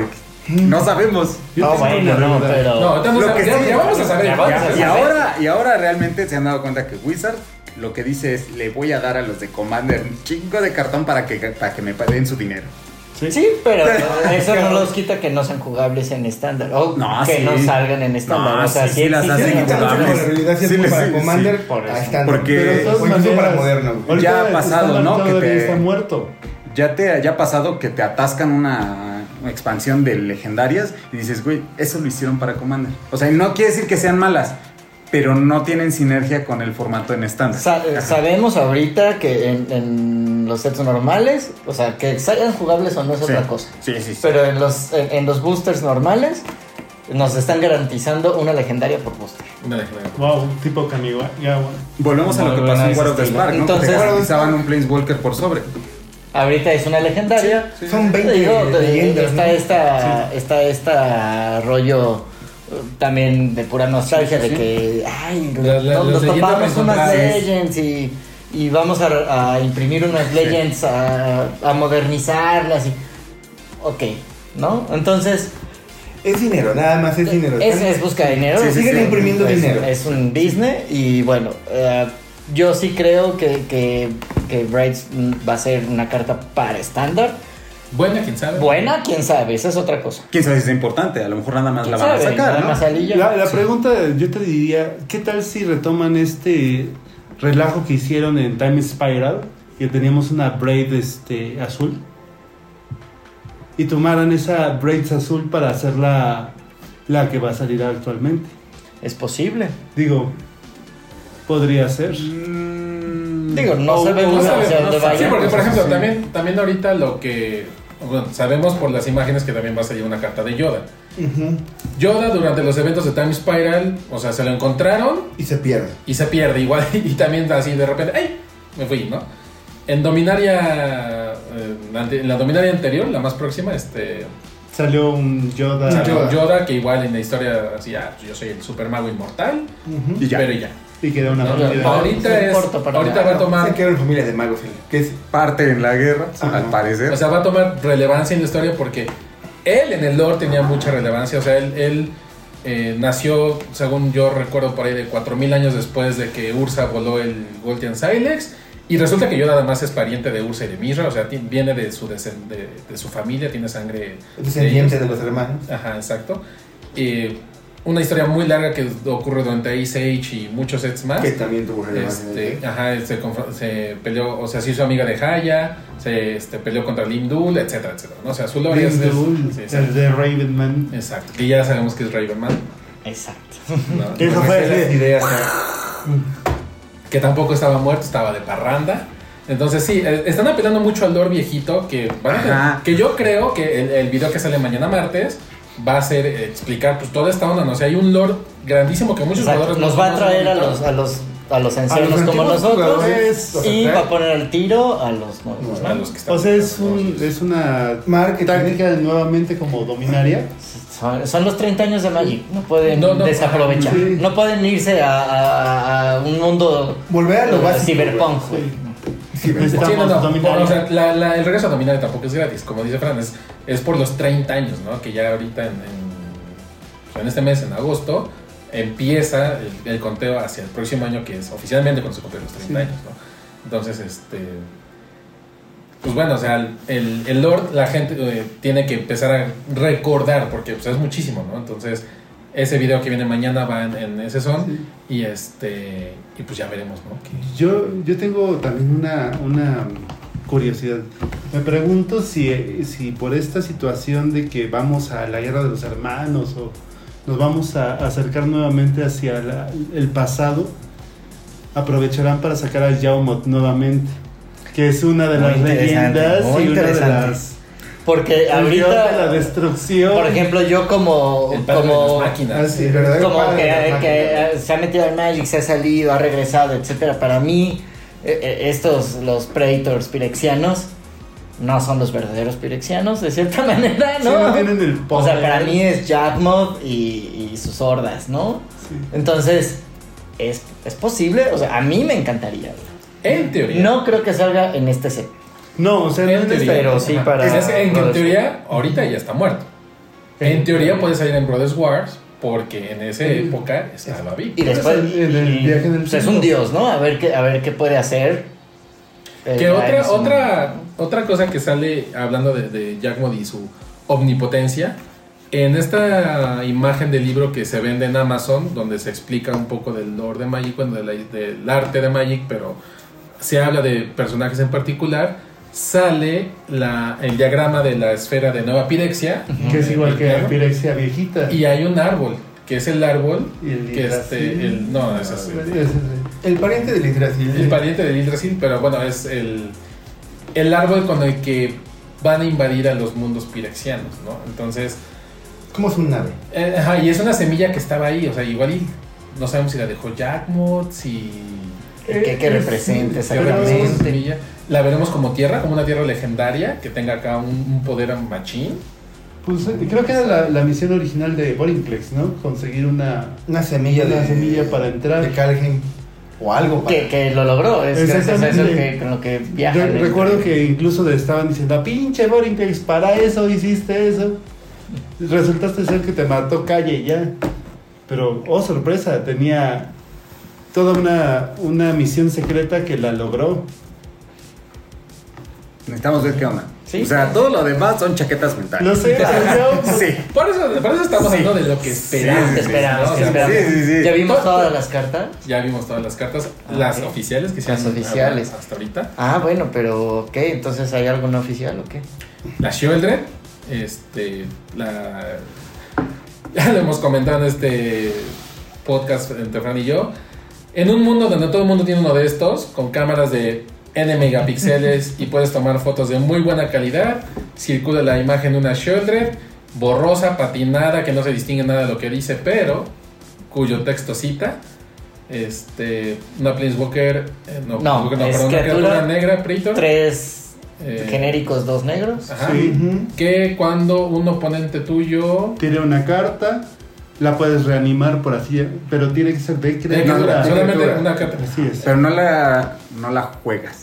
S4: que- no sabemos.
S2: No, bueno, no, pero.
S1: No, ahorita no
S4: Lo
S1: sabemos.
S4: que
S1: Ya,
S4: sí-
S1: ya vamos a saber.
S2: Ya
S1: vamos a
S2: vamos a
S1: saber.
S4: Y ahora, y ahora realmente se han dado cuenta que Wizard lo que dice es le voy a dar a los de Commander un chingo de cartón para que, para que me paguen su dinero.
S2: Sí, pero eso no los quita que no sean jugables en estándar. O
S4: No,
S2: que
S4: sí.
S2: no salgan en estándar.
S4: No,
S2: o sea,
S4: sí,
S2: sí,
S4: sí las
S2: existen
S4: hacen
S2: los
S5: Tiene que cambiar la
S4: jugables.
S5: jugabilidad
S4: Sí,
S5: siempre
S4: sí,
S5: para
S4: sí,
S5: Commander
S4: sí,
S2: por
S5: a
S2: eso.
S5: estándar.
S4: Porque-
S5: Pero de todas
S3: O
S5: maneras,
S3: incluso para
S5: moderno. güey.
S4: Ya ha
S3: el
S4: pasado,
S3: estándar
S4: ¿no? Que
S3: todavía
S4: te-
S3: está muerto.
S4: Ya te ya ha pasado que te atascan una expansión de legendarias y dices, güey, eso lo hicieron para Commander. O sea, y no quiere decir que sean malas, pero no tienen sinergia con el formato en estándar.
S2: Sa- eh, sabemos ahorita que en, en los sets normales, o sea, que salgan jugables o no es
S4: Sí.
S2: otra cosa.
S4: Sí, sí, sí.
S2: Pero en los, en, en los boosters normales, nos están garantizando una legendaria por booster.
S1: Una legendaria.
S3: Wow, tipo Kamigawa.
S4: Volvemos a lo
S2: Muy
S4: que
S2: buena
S4: pasó en
S2: esa
S4: War of the
S2: estilo.
S4: Spark, ¿no?
S2: Entonces-
S4: que te garantizaban un Planeswalker por sobre.
S2: Ahorita es una legendaria.
S5: Son 20
S2: Digo, eh,
S5: leyendas.
S2: está,
S5: ¿no?
S2: esta, está esta rollo eh, también de pura nostalgia de que ay,
S1: La- la- las
S2: nos, nos
S1: leyendas
S2: topamos unas
S1: reencontradas.
S2: legends y, y vamos a, a imprimir unas legends a, a modernizarlas y ok, ¿no? Entonces
S5: Es dinero, nada más es dinero.
S2: es, es busca dinero.
S4: Sí, sí,
S5: Siguen
S4: sí.
S5: imprimiendo
S2: es,
S5: dinero.
S2: es un Disney y bueno, eh, yo sí creo que, que, que Brides mm, va a ser una carta para estándar.
S1: Buena, quién sabe.
S2: Buena, quién sabe, esa es otra cosa.
S4: Quién sabe si es importante, a lo mejor nada más la
S2: ¿Quién
S4: van a
S2: sabe?
S4: sacar,
S2: Nada
S4: ¿no?
S2: más salí yo.
S3: La, la pregunta, yo te diría, ¿qué tal si retoman este relajo que hicieron en Time Spiral? Que teníamos una braid este, azul. Y tomaran esa braid azul para hacerla la que va a salir actualmente.
S2: Es posible.
S3: Digo, podría ser.
S4: Mm,
S2: Digo, no
S3: O-
S1: No
S2: sabemos
S1: sabemos,
S2: hacia dónde
S1: no sabemos. Sí,
S2: vaya. pues,
S1: porque por ejemplo,
S4: Sí.
S1: también, también ahorita lo que. Bueno, sabemos por las imágenes que también va a salir una carta de Yoda.
S5: Ujú.
S1: Yoda durante los eventos de Time Spiral, o sea, se lo encontraron
S5: Y se pierde.
S1: y se pierde igual. Y también así de repente, ¡ay! Me fui, ¿no? En Dominaria. eh, ante- En la Dominaria anterior, la más próxima, este.
S3: Salió un Ah, Yoda.
S1: salió
S5: Yoda.
S1: Yoda, que igual en la historia decía, yo soy el super mago inmortal,
S3: Ujú.
S4: Y ya.
S1: pero ya.
S3: Y queda una
S2: No,
S3: familia.
S2: no, no.
S1: ahorita
S2: no
S1: es.
S2: importa para
S1: Ahorita
S2: nada,
S1: va a
S5: Se
S1: tomar.
S5: quedaron familia de magos. Que es
S4: Parte en la guerra, al parecer.
S1: O sea, va a tomar relevancia en la historia porque él en el lore tenía mucha relevancia. O sea, él, él, eh, nació, según yo recuerdo, por ahí de 4.000 años después de que Ursa voló el Golden Silex. Y resulta que yo nada más es pariente de Ursa y de Mira. O sea, ti- viene de su, descen- de, de su familia, tiene sangre.
S5: descendiente
S1: ellos.
S5: de los hermanos.
S1: Ajá, exacto. Eh, una historia muy larga que ocurre durante Ice Age y muchos sets más.
S5: Que también tuvo relevancia.
S1: Este, ajá, se, confro- se peleó, o sea, se hizo amiga de Haya, se este, peleó contra Lindul, etcétera, etcétera. ¿no? O sea, su lore es-
S3: Lim
S1: es-
S3: Dul,
S1: sí, sí. este
S3: el de Raven Man.
S1: Exacto, que ya sabemos que es Ravenman.
S2: Exacto.
S1: ¿no?
S3: Eso fue
S5: Esas
S3: así.
S5: ideas.
S1: que tampoco estaba muerto, estaba de parranda. Entonces sí, eh, están apelando mucho al lore viejito que, van a tener-
S4: Ajá.
S1: que yo creo que el, el video que sale mañana martes va a ser eh, explicar pues toda esta onda, ¿no? O sea, hay un lore grandísimo que muchos
S2: Exacto.
S1: jugadores
S2: Nos
S1: no
S2: va a traer a
S1: conocen.
S2: los, a los, a los ancianos
S5: antiguos
S2: como nosotros.
S5: jugadores, los
S2: Y
S5: atrae.
S2: va a poner al tiro a los nuevos.
S1: a los que están
S3: O sea, es, un, es una
S5: Marketing.
S3: táctica de nuevamente como dominaria.
S2: Son, son los 30 años de Magic. No pueden
S1: No, no,
S2: desaprovechar.
S3: sí.
S2: No pueden irse a, a- a un mundo
S5: Volver a lo
S2: de
S5: básico,
S2: cyberpunk, güey.
S1: Sí, no,
S3: Necesitamos
S1: no,
S3: dominaria.
S1: o sea, la- la- el regreso a Dominaria tampoco es gratis, como dice Fran, es, es por los 30 años, ¿no? Que ya ahorita en, en- o sea, en este mes, en agosto, empieza el, el conteo hacia el próximo año, que es oficialmente cuando se cumplen los 30 años, ¿no? Entonces, este... Pues bueno, o sea, el, el, el Lord la gente eh, tiene que empezar a recordar, porque pues, es muchísimo, ¿no? Entonces, ese video que viene mañana va en, en ese son, y este... Y pues ya veremos, ¿no? Que-
S3: Yo, yo tengo también una, una curiosidad. Me pregunto si, si por esta situación de que vamos a la guerra de los hermanos o nos vamos a acercar nuevamente hacia la- el pasado, aprovecharán para sacar a Yaumoth nuevamente, que es una de
S2: Muy
S3: las
S2: interesante,
S3: leyendas
S2: muy
S3: y una de
S2: interesante.
S3: las
S2: Porque
S3: El dios de la
S2: ahorita,
S3: destrucción.
S2: por ejemplo, yo como...
S1: El padre de
S2: como
S1: las máquinas.
S5: Ah, sí, el verdadero
S2: como
S5: padre
S2: que,
S5: de la máquina.
S2: que se ha metido en Magic, se ha salido, ha regresado, etcétera. Para mí, eh, eh, estos, los Predators pirexianos, no son los verdaderos pirexianos, de cierta manera,
S3: Sí,
S2: ¿no?
S3: no tienen el
S2: o sea,
S3: poder.
S2: para mí es Jackmod y, y sus hordas, ¿no?
S3: Sí.
S2: Entonces, ¿es, es posible, o sea, a mí me encantaría. güey.
S1: En teoría.
S2: No creo que salga en este set.
S3: No, o sea, no este
S1: En
S3: es de-
S1: teoría.
S2: pero sí
S1: Ajá.
S2: para-
S1: Es- es- en,
S2: Brothers.
S1: teoría, ahorita ya está muerto. En teoría puede salir en Brothers Wars porque en esa época estaba vivo.
S2: Y después.
S5: es el- el
S2: y-
S5: viaje del
S2: o sea, es
S5: tiempo.
S2: un dios, ¿no? A ver qué, a ver qué puede hacer. Eh,
S1: Que
S2: ya
S1: otra,
S2: es un-
S1: otra, otra cosa que sale hablando de, de Jack Mod y su omnipotencia, en esta imagen del libro que se vende en Amazon, donde se explica un poco del lore de Magic, bueno, de la- del arte de Magic, pero se habla de personajes en particular, sale la, el diagrama de la esfera de Nueva Pirexia
S3: Que es igual que la
S1: Claro.
S3: pirexia viejita.
S1: y hay un árbol, que es el árbol
S3: Y el
S1: que este,
S3: hidracil.
S1: el- no, ese es-
S3: Ese es el-
S5: El pariente del Yggdrasil.
S1: El pariente de Yggdrasil, pero bueno, es el, el árbol con el que van a invadir a los mundos pirexianos, ¿no? Entonces,
S5: ¿Cómo es un nave?
S1: eh, ajá, y es una semilla que estaba ahí, o sea, igual y no sabemos si la dejó Jackmot, si...
S2: Que, que
S3: Eh,
S2: represente
S1: si representa esa
S2: exactamente.
S1: semilla. La veremos como tierra, como una tierra legendaria, que tenga acá un, un poder machín.
S3: Pues eh, creo que era la, la misión original de Borinclex, ¿no? Conseguir una.
S5: Una semilla
S3: Una
S5: de.
S3: semilla para entrar.
S5: De Calgen. O algo para.
S2: Que, que lo logró, es gracias a eso
S3: Exactamente.
S2: que, con lo que
S3: Re-
S2: viaja. ¿no?
S3: recuerdo que incluso le estaban diciendo, "Ah, pinche Borinclex, para eso hiciste eso. Resultaste ser que te mató calle ya. Pero, oh sorpresa, tenía toda una, una misión secreta que la logró.
S4: Necesitamos ver qué onda.
S2: Sí.
S4: O sea, todo lo demás son chaquetas
S3: Lo
S1: Ah,
S4: mentales.
S3: sé, pero yo-
S4: Sí.
S1: Por eso, por eso estamos hablando de lo que esperamos.
S2: Que esperamos,
S1: ¿no? O
S2: que
S1: sea,
S2: esperamos.
S4: sí, sí, sí.
S2: Ya vimos
S1: Todo-
S2: todas las cartas.
S1: Ya vimos todas las cartas, las
S2: Ah, ok.
S1: oficiales que se
S2: Las
S1: han
S2: oficiales.
S1: hablado hasta ahorita.
S2: Ah, bueno, pero ¿qué? Entonces hay algo no oficial o qué?
S1: La Shieldred, este, la... Ya lo hemos comentado en este podcast entre Fran y yo. En un mundo donde todo el mundo tiene uno de estos, con cámaras de N megapíxeles y puedes tomar fotos de muy buena calidad, circula la imagen de una Shieldred, borrosa, patinada, que no se distingue nada de lo que dice, pero cuyo texto cita. Este, una Planeswalker, eh, no,
S2: No,
S1: Planeswalker,
S2: es
S1: perdón, una
S2: criatura
S1: criatura negra, Praetor.
S2: Tres
S1: eh,
S2: genéricos, dos negros.
S4: ah,
S1: ajá
S3: Sí.
S5: Ujú.
S1: que cuando un oponente tuyo
S3: Tiene una carta, la puedes reanimar por así, pero tiene que ser de
S1: Tiene que
S3: criatura.
S1: durar,
S4: de
S1: solamente
S4: criatura.
S1: una carta
S3: Así es.
S4: Pero no la, no la juegas.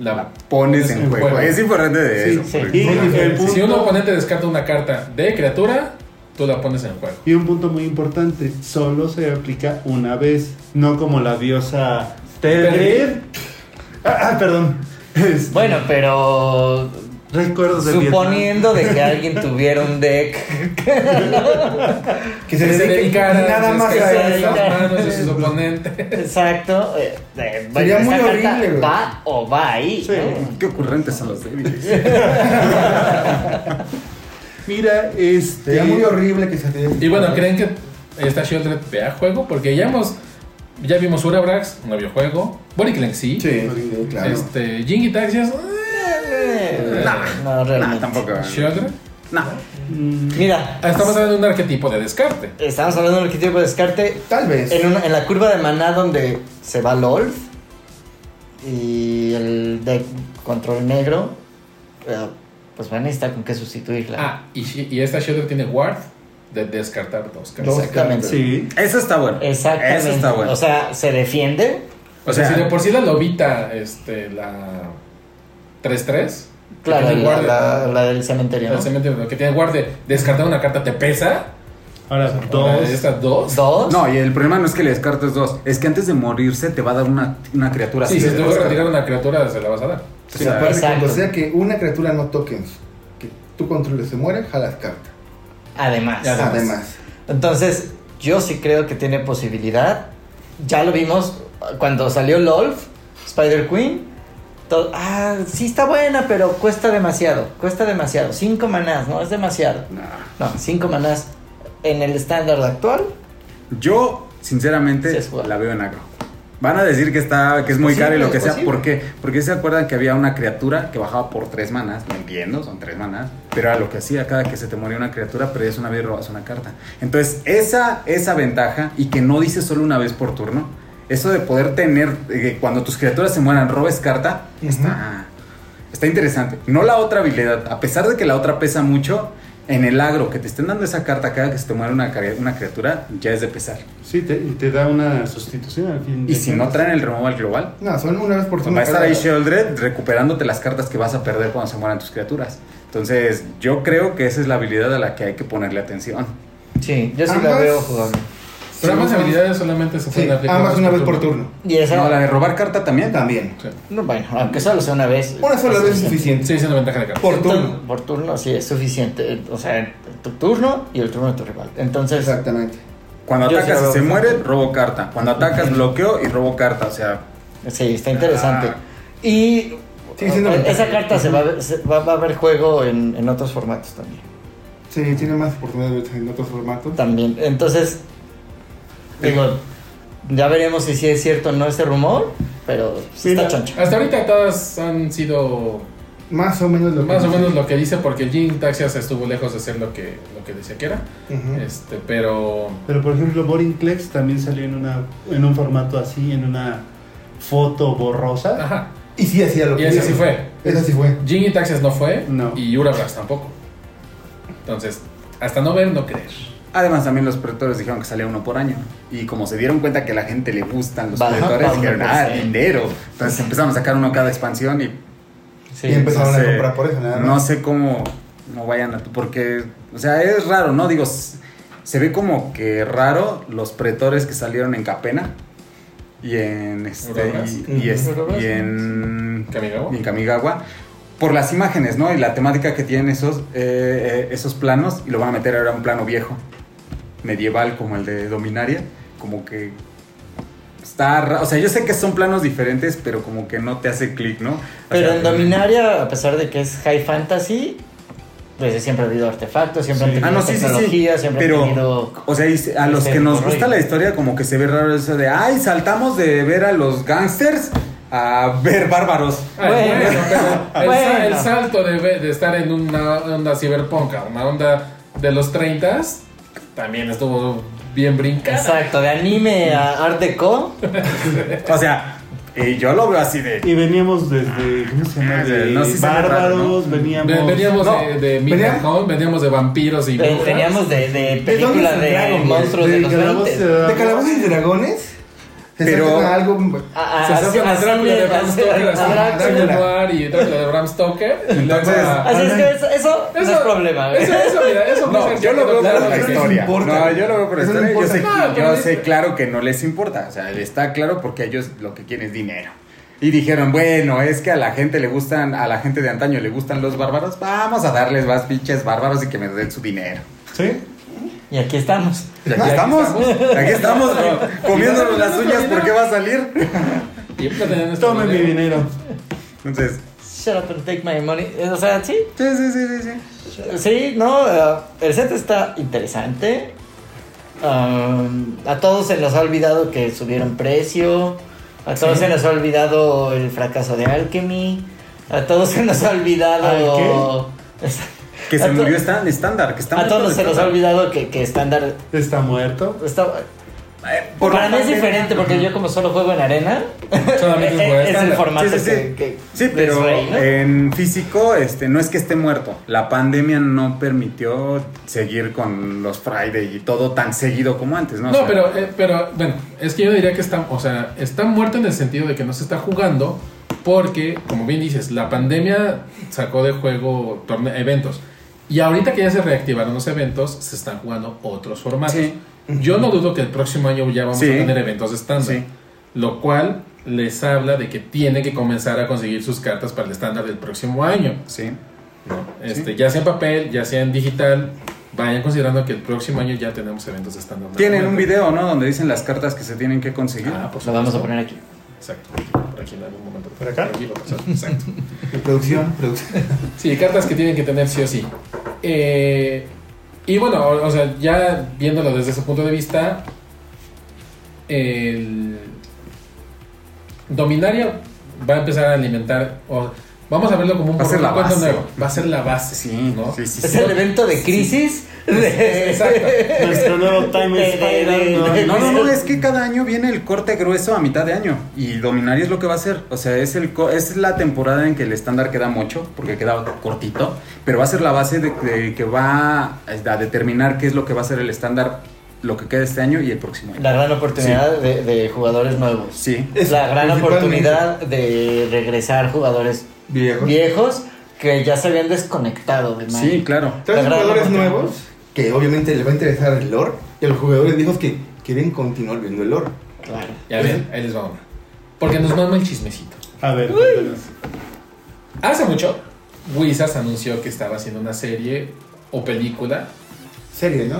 S1: la
S4: Pones en juego. Es diferente de
S3: Sí,
S4: eso.
S2: sí.
S4: porque-
S3: Y el punto-
S1: si un oponente descarta una carta de criatura tú la pones en juego
S3: Y un punto muy importante, solo se aplica una vez, no como la diosa Telrid. Ah, ah, perdón. Este,
S2: Bueno, pero
S3: recuerdos de
S2: suponiendo de que alguien tuviera un deck
S5: Que se, dedique nada más
S1: a
S5: a
S2: dedique-
S5: eso.
S1: las manos de sus oponentes
S2: exacto, eh, eh, bueno,
S5: Sería muy
S2: esta carta
S5: horrible, güey.
S2: va o va ahí.
S3: Sí.
S2: ¿no?
S4: Qué ocurrentes son los débiles.
S3: Vietnam. Mira, este.
S5: Sería muy horrible que se te
S1: y bueno creen que esta Shieldred vea juego porque ya hemos ya vimos Urabrax no vio juego Boriclenk sí,
S5: Sí, sí, claro.
S1: este Jingy Taxias
S2: Eh, No,
S4: No,
S2: realmente.
S4: Ah, tampoco.
S1: Shieldred
S4: No.
S3: Mm,
S2: Mira,
S1: Ah, estamos hablando de un arquetipo de descarte
S2: estamos hablando del arquetipo de descarte.
S5: Tal vez.
S2: En, una- en la curva de maná donde se va Lolf y el de control negro, eh, pues van a necesitar con qué sustituirla.
S1: ah y, shi- y esta Shieldred tiene Ward de descartar dos cartas
S2: exactamente.
S3: Sí.
S4: Eso está bueno.
S2: Exactamente.
S4: Eso está bueno.
S2: O sea, se defiende.
S1: O sea,
S4: O sea,
S1: si de por sí la lobita, este, la 3-3,
S2: Claro,
S1: Que
S2: la,
S1: guarde.
S2: la- la del cementerio. ¿no?
S1: la cementerio, que tiene guarde, descartar una carta te pesa.
S3: Ahora,
S1: Ahora,
S3: dos.
S1: Estas dos.
S2: Dos.
S4: No, y el problema no es que le descartes dos, es que antes de morirse te va a dar una, una criatura
S1: Sí,
S4: así
S1: si
S4: de
S1: te vas a
S4: descarte.
S1: retirar una criatura, se la vas a dar.
S4: O
S5: Sí,
S4: sea,
S5: aparte,
S2: exacto.
S5: cuando sea que una criatura no tokens que tú controles se muere, jalas carta.
S2: Además.
S1: Ya. Además.
S5: Además.
S2: Entonces, yo sí creo que tiene posibilidad. Ya lo vimos ah, cuando salió LOLF, Spider Queen. to- ah, sí está buena, pero cuesta demasiado. Cuesta demasiado. Cinco manás, ¿no? Es demasiado.
S4: nah.
S2: No, cinco manás. En el estándar actual,
S4: Yo, sinceramente,
S2: Sí, es jugable.
S4: la veo en agro. Van a decir que está que es muy
S2: posible,
S4: caro y lo que
S2: es
S4: sea.
S2: posible.
S4: ¿Por qué? Porque se acuerdan que había una criatura que bajaba por tres manas. No entiendo, son tres manas. Pero era lo que hacía cada que se te moría una criatura, pero es una vez y robas una carta. Entonces, esa, esa ventaja y que no dices solo una vez por turno, eso de poder tener, eh, que cuando tus criaturas se mueran, robes carta, está, está interesante. No la otra habilidad. A pesar de que la otra pesa mucho, en el agro que te estén dando esa carta cada que se te muera una, cari- una criatura, ya es de pesar.
S3: Sí, te, y te da una sustitución al fin.
S4: Y
S3: de
S4: si no
S3: cuentas.
S4: traen el removal global,
S5: No, son una vez por
S4: pues
S5: turno.
S4: va a estar
S5: cada-
S4: ahí Sheldred recuperándote las cartas que vas a perder cuando se mueran tus criaturas. Entonces, yo creo que esa es la habilidad a la que hay que ponerle atención.
S2: Sí, yo sí la
S5: Ambas-
S2: veo jugable.
S1: Pero ambas
S5: Sí,
S1: habilidades solamente se
S5: Sí,
S1: pueden aplicar.
S5: ambas una vez por turno.
S2: Y esa.
S4: No, la de robar carta también.
S5: También.
S1: Sí,
S2: No, bueno, aunque solo sea una vez.
S5: Una sola vez es
S2: suficiente.
S5: suficiente.
S1: sigue siendo ventaja de carta.
S5: Por turno.
S2: Entonces, Por turno, sí, es suficiente. O sea, tu turno y el turno de tu rival. Entonces,
S5: Exactamente.
S4: Cuando
S2: Yo sí
S4: atacas
S2: la
S4: y
S2: veo
S4: se
S2: bastante.
S4: muere, robo carta. Cuando atacas, bloqueo y robo carta. O sea,
S2: sí, está interesante.
S4: Ah.
S2: Y
S5: Sigue siendo
S2: eh,
S5: ventaja.
S2: esa carta se va, a ver- se va, va a haber juego en, en otros formatos también.
S5: Sí, tiene más oportunidades en otros formatos.
S2: También. Entonces, digo, ya veremos si sí es cierto o no ese rumor, pero sí
S1: Mira,
S2: está choncho.
S1: Hasta ahorita todas han sido
S5: Más o menos lo que.
S1: más o menos lo que dice, porque Jin Taxias estuvo lejos de ser lo que, lo que decía que era.
S5: Ujú.
S1: Este, pero.
S3: Pero por ejemplo, Boring Clex también salió en, una, en un formato así, en una foto borrosa.
S1: Ajá.
S5: Y sí hacía lo
S1: Y
S5: que.
S1: ese
S5: dice.
S1: sí fue.
S5: Esa sí fue.
S1: Jin y Taxias no fue.
S3: No.
S1: Y Urabras tampoco. Entonces, hasta no ver, no creer.
S4: además también los pretores dijeron que salía uno por año. Y como se dieron cuenta que a la gente le gustan los
S2: Baja
S4: pretores,
S2: pa' uno
S4: dijeron,
S2: por
S4: ah,
S2: cien".
S4: dinero. Entonces empezaron a sacar uno cada expansión y
S2: Sí.
S5: y empezaron
S4: no
S5: a
S4: sé.
S5: comprar por eso, nada más.
S4: No sé cómo, cómo vayan a... Porque, o sea, es raro, ¿no? Digo, s- se ve como que raro los pretores que salieron en Capena y en... Este,
S1: Urobras.
S4: y, y es-
S2: Urobras.
S4: y en...
S1: Kamigawa.
S4: y en Kamigawa. Por las imágenes, ¿no? Y la temática que tienen esos, eh, eh, esos planos y lo van a meter ahora a un plano viejo, medieval como el de Dominaria. Como que... Está raro. O sea, yo sé que son planos diferentes, pero como que no te hace clic, ¿no? O
S2: Pero
S4: sea,
S2: en Dominaria, a pesar de que es high fantasy, pues siempre ha habido artefactos, siempre han
S4: Ah,
S2: tenido
S4: no, sí, sí, sí.
S2: tecnología, siempre
S4: Pero,
S2: han tenido...
S4: o sea, y a los
S2: ese
S4: que nos
S2: rollo.
S4: gusta la historia, como que se ve raro eso de, ay, saltamos de ver a los gangsters a ver bárbaros.
S1: Ay,
S2: Bueno.
S1: Ah, bueno, pero el, sa-
S2: Bueno.
S1: el salto de, ve- de estar en una onda cyberpunk a una onda de los 30 también estuvo bien brincada.
S2: Exacto, de anime a Art Deco.
S4: O sea, y yo lo veo así de.
S3: Y veníamos desde, ¿cómo se llama?
S4: Ah,
S3: De
S4: no, sí se ve raro,
S3: bárbaros,
S4: ¿no?
S3: veníamos...
S1: Ve- Veníamos
S4: No.
S1: de, de Midnight Home, veníamos de vampiros y
S2: Te-
S1: brujas.
S2: Teníamos de, de
S5: dónde
S2: película
S5: es el
S2: de,
S5: dragón, güey?
S2: monstruos de,
S3: de
S2: los
S3: Calabozos
S2: 20.
S3: y Dragones.
S5: De calabozos y dragones. Se
S4: Pero-
S5: sacan algo.
S2: A- a-
S1: Se
S2: Ah, así-
S1: acercan a
S2: así
S1: Drácula de
S2: le-
S1: Bram
S2: así-
S1: Stoker,
S2: a
S1: así,
S2: Drácula.
S1: Drácula Noir y Drácula de Bram Stoker. y luego
S4: Entonces,
S1: a-
S2: Así es que eso, eso no es problema. güey.
S1: Eso, eso, mira, eso
S4: No,
S1: dice
S4: yo
S1: que
S4: lo veo
S1: claro
S4: por la
S1: que-
S5: les
S4: historia.
S5: importa.
S4: No, yo lo veo por la
S5: Eso no
S4: historia. Yo sé,
S5: importa.
S1: No, pero
S4: yo
S1: es-
S4: sé claro que no les importa. O sea, está claro porque a ellos lo que quieren es dinero. Y dijeron, bueno, es que a la gente le gustan, a la gente de antaño le gustan los bárbaros, vamos a darles más pinches bárbaros y que me den su dinero.
S3: ¿Sí?
S2: Y aquí estamos.
S4: Y aquí estamos, aquí estamos comiéndonos las uñas, ¿por qué va a salir?
S1: Y ahorita tenían este
S3: Tome mi
S4: ¿eh?
S1: video.
S3: dinero.
S4: Entonces,
S2: Shut up and take my money. Eh, O sea, sí,
S4: sí, sí, sí, sí, sí.
S2: sí, no, eh, el set está interesante. Um, a todos se nos ha olvidado que subieron precio. A todos se nos ha olvidado el fracaso de Alchemy. A todos se nos ha olvidado.
S4: Que
S2: A
S4: se
S2: to-
S4: murió estan- estándar, que está
S2: A
S4: muerto
S2: todos se nos ha
S4: estándar.
S2: olvidado que, que estándar
S3: Está muerto.
S2: está-
S4: Eh, por
S2: para
S4: una
S2: mí es
S4: parte-
S2: diferente porque yo como solo juego en arena
S1: Solamente
S4: Eh,
S1: es jugar
S2: Eh, es el
S1: estándar.
S2: formato
S4: Sí, sí, sí.
S2: que, que-
S4: Sí,
S2: es
S4: pero eh,
S2: rey, ¿no?
S4: en físico, este, no es que esté muerto. La pandemia no permitió seguir con los Friday y todo tan seguido como antes, ¿no? O
S1: No,
S4: sea,
S1: pero, eh, pero bueno, es que yo diría que está, o sea, está muerto en el sentido de que no se está jugando porque, como bien dices, la pandemia sacó de juego torne- eventos. Y ahorita que ya se reactivaron los eventos, se están jugando otros formatos.
S4: Sí.
S1: Yo no dudo que el próximo año ya vamos
S4: Sí.
S1: a tener eventos de estándar.
S4: Sí.
S1: Lo cual les habla de que tienen que comenzar a conseguir sus cartas para el estándar del próximo año.
S4: Sí.
S1: Este, Ya sea en papel, ya sea en digital, vayan considerando que el próximo año ya tenemos eventos de estándar.
S4: Tienen un video, ¿no? Donde dicen las cartas que se tienen que conseguir.
S1: Ah, por
S2: lo vamos
S1: supuesto.
S2: a poner aquí
S1: Exacto, por aquí, por aquí en algún momento.
S3: ¿Por acá?
S1: Por aquí va a pasar, Exacto.
S5: De producción, producción.
S1: Sí, cartas que tienen que tener sí o sí. Eh, y bueno, o, o sea, ya viéndolo desde ese punto de vista, el- Dominaria va a empezar a alimentar. o- vamos a verlo como un
S4: Va a ser la
S1: Pokémon
S4: base.
S1: nuevo. Va a ser la base.
S4: Sí,
S1: ¿no?
S4: sí, sí,
S2: Es
S4: sí.
S2: el evento de crisis. de-
S1: Exacto.
S7: Nuestro nuevo Time Spider.
S4: No, no, no, es que cada año viene el corte grueso a mitad de año y Dominaria es lo que va a hacer. O sea, es, el co- es la temporada en que el estándar queda mucho, porque queda cortito, pero va a ser la base de, de que va a determinar qué es lo que va a ser el estándar, lo que queda este año y el próximo año.
S2: La gran oportunidad de, de jugadores nuevos.
S4: Sí.
S2: Es la gran
S5: principalmente.
S2: oportunidad de regresar jugadores
S5: Viejos.
S2: viejos que ya se habían desconectado de Magic.
S4: Sí, claro.
S5: Traes
S2: La gran
S5: jugadores
S2: oportunidad.
S5: nuevos que obviamente les va a interesar el lore y a los jugadores viejos que quieren continuar viendo el lore.
S2: Claro.
S1: Ya ven, ahí les va una. Porque nos mama el chismecito.
S3: A ver, cuéntanos.
S1: Hace mucho, Wizards anunció que estaba haciendo una serie o película.
S5: Serie, ¿no?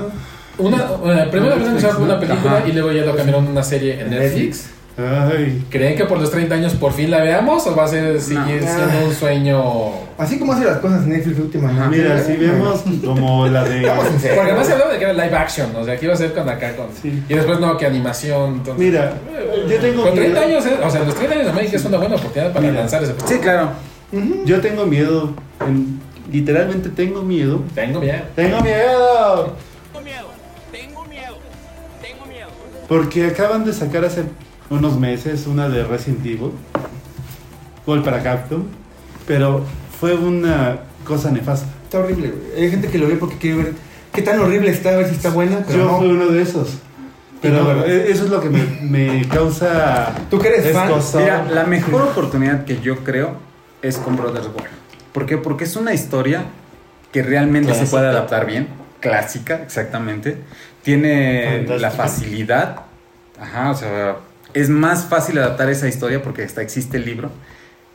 S1: Una, eh, primero habían anunciado una película
S4: Ajá.
S1: y luego ya lo cambiaron a una serie en Netflix.
S3: Ay,
S1: ¿Creen que por los 30 años por fin la veamos o va a ser, seguir
S5: No.
S1: siendo un sueño?
S5: Así como hace las cosas Netflix últimamente.
S3: mira, si
S5: ¿eh?
S3: vemos como la de.
S5: Estamos en serio.
S1: Porque además se hablaba de que era live action, o sea, que iba a ser con acá. Con,
S3: Sí.
S1: Y después no, que animación. entonces-
S3: Mira, yo tengo
S1: Con 30
S3: miedo.
S1: años, eh, o sea, los 30 años de Magic es una buena oportunidad para
S3: Mira.
S1: lanzar ese
S4: Sí, claro.
S3: Yo tengo miedo. en- literalmente tengo miedo.
S1: Tengo miedo.
S3: Tengo miedo.
S8: Tengo miedo. Tengo miedo.
S3: Porque acaban de sacar hace unos meses una de Resident Evil. Gol para Capcom. Pero fue una cosa nefasta.
S5: Está horrible, güey. Hay gente que lo ve porque quiere ver qué tan horrible está, a ver si está buena, pero
S3: Yo
S5: no.
S3: fui uno de esos. Pero
S5: no, ¿verdad?
S3: e- eso es lo que me, me causa.
S5: Tú que eres fan.
S3: descozo.
S4: Mira, la mejor oportunidad que yo creo es con Brothers War. ¿Por qué? Porque es una historia que realmente se puede adaptar bien. Clásica, exactamente. Tiene
S7: Fantástica.
S4: la facilidad. Ajá, o sea, es más fácil adaptar esa historia porque hasta existe el libro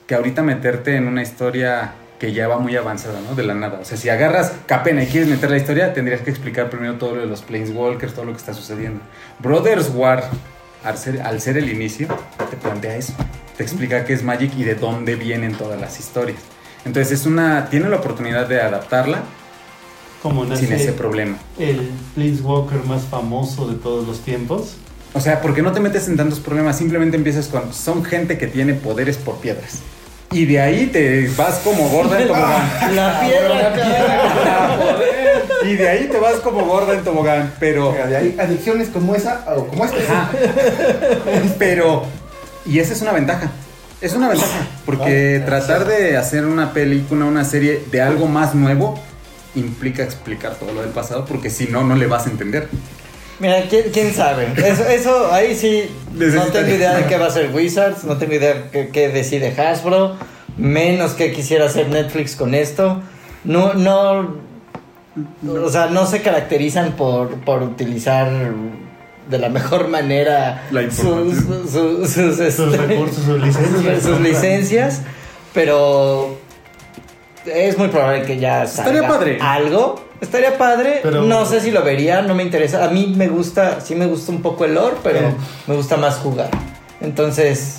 S4: que ahorita meterte en una historia que ya va muy avanzada, ¿no? De la nada. O sea, si agarras Capena y quieres meter la historia, tendrías que explicar primero todo lo de los Planeswalkers, todo lo que está sucediendo. Brothers War, al ser, al ser el inicio, te plantea eso. Te explica qué es Magic y de dónde vienen todas las historias. Entonces es una... Tiene la oportunidad de adaptarla
S7: Como
S4: sin ese
S7: nace
S4: problema.
S7: el Planeswalker más famoso de todos los tiempos.
S4: O sea, porque no te metes en tantos problemas, simplemente empiezas con son gente que tiene poderes por piedras. Y de ahí te vas como gorda en tobogán.
S2: La piedra.
S4: Y de ahí te vas como gorda en tobogán, pero
S5: Mira, de ahí, adicciones como esa o como esta.
S4: Ajá. Pero y esa es una ventaja. Es una ventaja porque tratar de hacer una película, una serie de algo más nuevo implica explicar todo lo del pasado porque si no no le vas a entender.
S2: Mira, ¿quién, quién sabe? Eso, eso ahí sí. No
S4: Necesitaría-
S2: tengo idea de qué va a ser Wizards, no tengo idea de qué, qué decide Hasbro, menos qué quisiera hacer Netflix con esto. No, no. O sea, no se caracterizan por, por utilizar de la mejor manera
S4: La
S2: sus,
S4: información.
S2: su- sus,
S7: Sus
S2: este,
S7: recursos, sus
S2: sus-
S7: licencias.
S2: sus licencias, pero es muy probable que ya salga
S4: Estaría padre.
S2: algo. Estaría padre.
S7: Pero-
S2: no sé si lo vería, no me interesa. A mí me gusta, sí me gusta un poco el lore, pero
S7: Eh.
S2: me gusta más jugar. Entonces,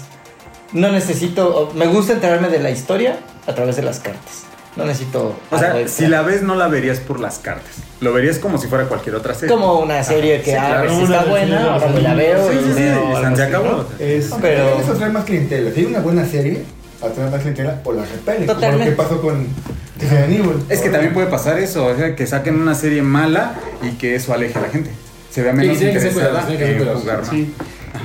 S2: no necesito, me gusta enterarme de la historia a través de las cartas. No necesito
S4: O
S2: algo
S4: sea,
S2: extra.
S4: si la ves no la verías por las cartas, lo verías como si fuera cualquier otra serie.
S2: como una serie que
S4: sí,
S2: ah,
S4: claro,
S2: a ver si
S7: una
S2: está
S7: de- sí,
S2: buena, ahora me la
S7: sí,
S2: veo
S4: Sí,
S2: y
S4: sí, sí,
S2: veo algo
S4: y se
S2: así, ¿no?
S4: acabó.
S3: Es,
S2: Pero-
S5: Pero eso trae más clientela. Si hay una buena serie, atrae más clientela o la repele. Como lo
S2: Totalmente.
S5: que pasó con Resident Evil.
S4: Es que también puede pasar eso, o sea, que saquen una serie mala y que eso aleje a la gente. Se vea menos
S1: Sí, tienen que ser
S4: interesada
S1: cuidadosos, tienen que ser
S4: en
S1: cuidadosos.
S4: jugar más.
S7: Sí.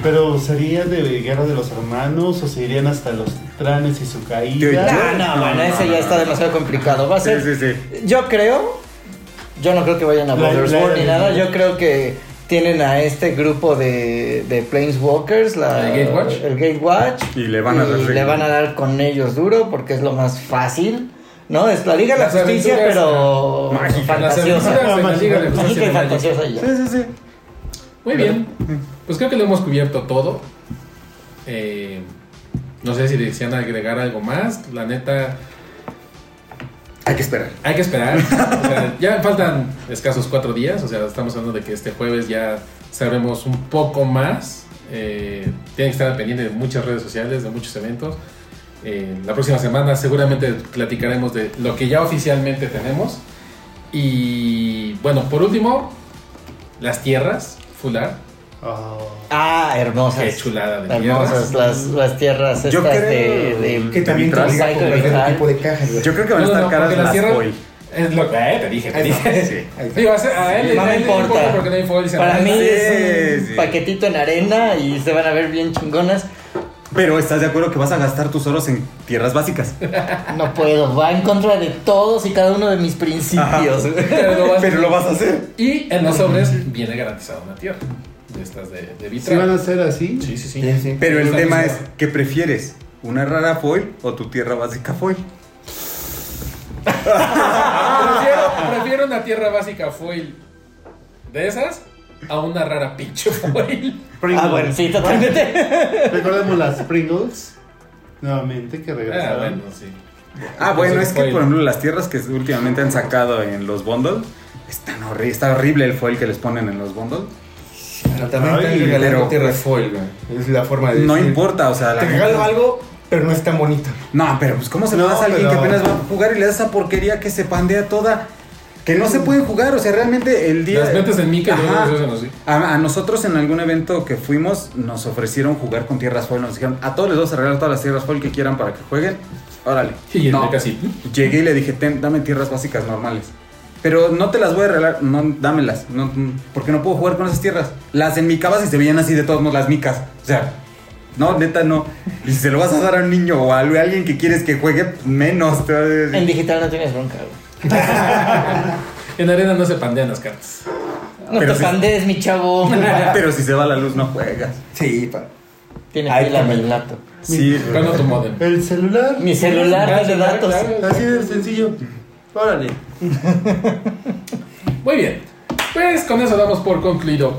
S7: Pero sería de guerra de los hermanos o se irían hasta los tranes y su
S4: Yo- yo-
S7: caída.
S2: Ah, No, no, bueno, ese ya está demasiado complicado. Va a ser.
S4: Sí, sí, sí.
S2: Yo creo. Yo no creo que vayan a
S7: La-
S2: Brothers
S7: la-
S2: War ni
S7: la-
S2: nada. Yo creo que tienen a este grupo de, de Planeswalkers. La,
S1: ¿El Gatewatch?
S2: El Gatewatch.
S4: Y le van a dar
S2: y le
S4: ritmo.
S2: van a dar con ellos duro porque es lo más fácil. ¿No? Es la Liga de la
S1: Las
S2: Justicia,
S1: aventuras,
S2: pero.
S1: Las
S4: mágicas.
S2: Fantasiosa.
S1: aventuras en la Liga de la Justicia
S2: Mágica y
S1: de Magic.
S2: fantasiosa y ya.
S4: Sí, sí, sí.
S1: Muy bien. Pues creo que lo hemos cubierto todo. Eh, no sé si desean agregar algo más. La neta,
S4: Hay que esperar.
S1: hay que esperar. O sea, ya faltan escasos cuatro días. O sea, estamos hablando de que este jueves ya sabremos un poco más. Eh, tienen que estar pendiente de muchas redes sociales, de muchos eventos. Eh, la próxima semana seguramente platicaremos de lo que ya oficialmente tenemos. Y bueno, por último, las tierras, Fular.
S2: Ah, hermosas.
S1: Qué chulada de
S2: Hermosas las, las tierras
S4: Yo
S2: estas
S4: creo
S2: de, de-
S6: Que también te
S4: Vitral,
S6: obliga a
S2: Cycle
S6: comprar
S2: Vitral.
S6: otro tipo de cajas, güey.
S4: Yo creo que van a
S1: No, no,
S4: estar
S1: no,
S4: caras
S1: porque la
S4: las
S1: cierran-
S4: foil.
S1: Es lo que eh, te dije, te
S6: Ahí está,
S1: dije.
S4: sí.
S6: Ahí está.
S1: Digo, a a él,
S2: No
S1: a
S2: me
S1: él le
S2: importa.
S1: porque no hay foil, se
S2: Para
S1: la-
S2: mí
S4: Sí,
S2: es un
S4: sí.
S2: paquetito en arena y se van a ver bien chingonas.
S4: Pero estás de acuerdo que vas a gastar tus oros en tierras básicas.
S2: No puedo, va en contra de todos y cada uno de mis principios.
S1: Pero lo vas-
S4: Pero lo vas a hacer.
S1: Y en los sobres viene garantizada una tierra. De estas de, de
S7: ¿Sí van
S1: vitral.
S7: a ser así?
S1: Sí, sí, sí.
S5: Sí, sí.
S4: Pero el
S1: Está
S4: tema es
S1: bien.
S4: que prefieres una rara foil o tu tierra básica foil.
S1: Prefiero, prefiero una tierra básica foil de esas a una rara pinche foil.
S2: Ah, bueno, sí, totalmente.
S7: Recordemos las Pringles. Nuevamente que
S1: Ah,
S7: regresaron.
S1: bueno, sí.
S4: Ah, bueno,
S1: Entonces,
S4: es que
S1: foil.
S4: por ejemplo las tierras que últimamente han sacado en los bundles están horrible, está horrible el foil que les ponen en los bundles.
S5: Pero también están
S7: Ay,
S5: regalando
S4: pero-
S5: tierra foil, güey. Es la forma de.
S4: No
S5: decir,
S4: importa, o sea, la
S5: Te
S4: gente-
S5: regalo algo, pero no es tan bonito.
S4: No, pero pues cómo se lo
S7: No,
S4: das a alguien
S7: pero-
S4: que apenas va a jugar y le das esa porquería que se pandea toda, que no se puede jugar, o sea, realmente el día
S1: Las metes en mica y luego
S4: eh. Ajá.
S1: las usan así.
S4: A, a nosotros en algún evento que fuimos nos ofrecieron jugar con tierras foil, nos dijeron, a todos les vamos a regalar todas las tierras foil que quieran para que jueguen, órale.
S1: Y el
S4: No.
S1: meca así.
S4: Llegué y le dije, "Ten, dame tierras básicas normales. Pero no te las voy a regalar, no, dámelas. No, mm, porque no puedo jugar con esas tierras. Las en micabas y se veían así de todos modos las micas. O sea, no, neta, no. Y si se lo vas a dar a un niño o a al- a alguien que quieres que juegue, pues, menos. te va a decir.
S2: En digital no tienes bronca, güey.
S1: En arena no se pandean las cartas.
S2: No
S4: Pero
S2: te
S4: sí-
S2: pandees, mi chavo.
S4: Pero si se va la luz, no juegas.
S5: Sí, pa.
S2: Tiene
S5: Ay,
S2: pila mi
S5: también.
S2: lato.
S4: Sí,
S1: Cuando tu modem.
S7: El celular.
S2: Mi celular de
S1: Claro,
S2: datos.
S1: claro.
S7: Así de sencillo. Órale.
S1: Muy bien. Pues con eso damos por concluido.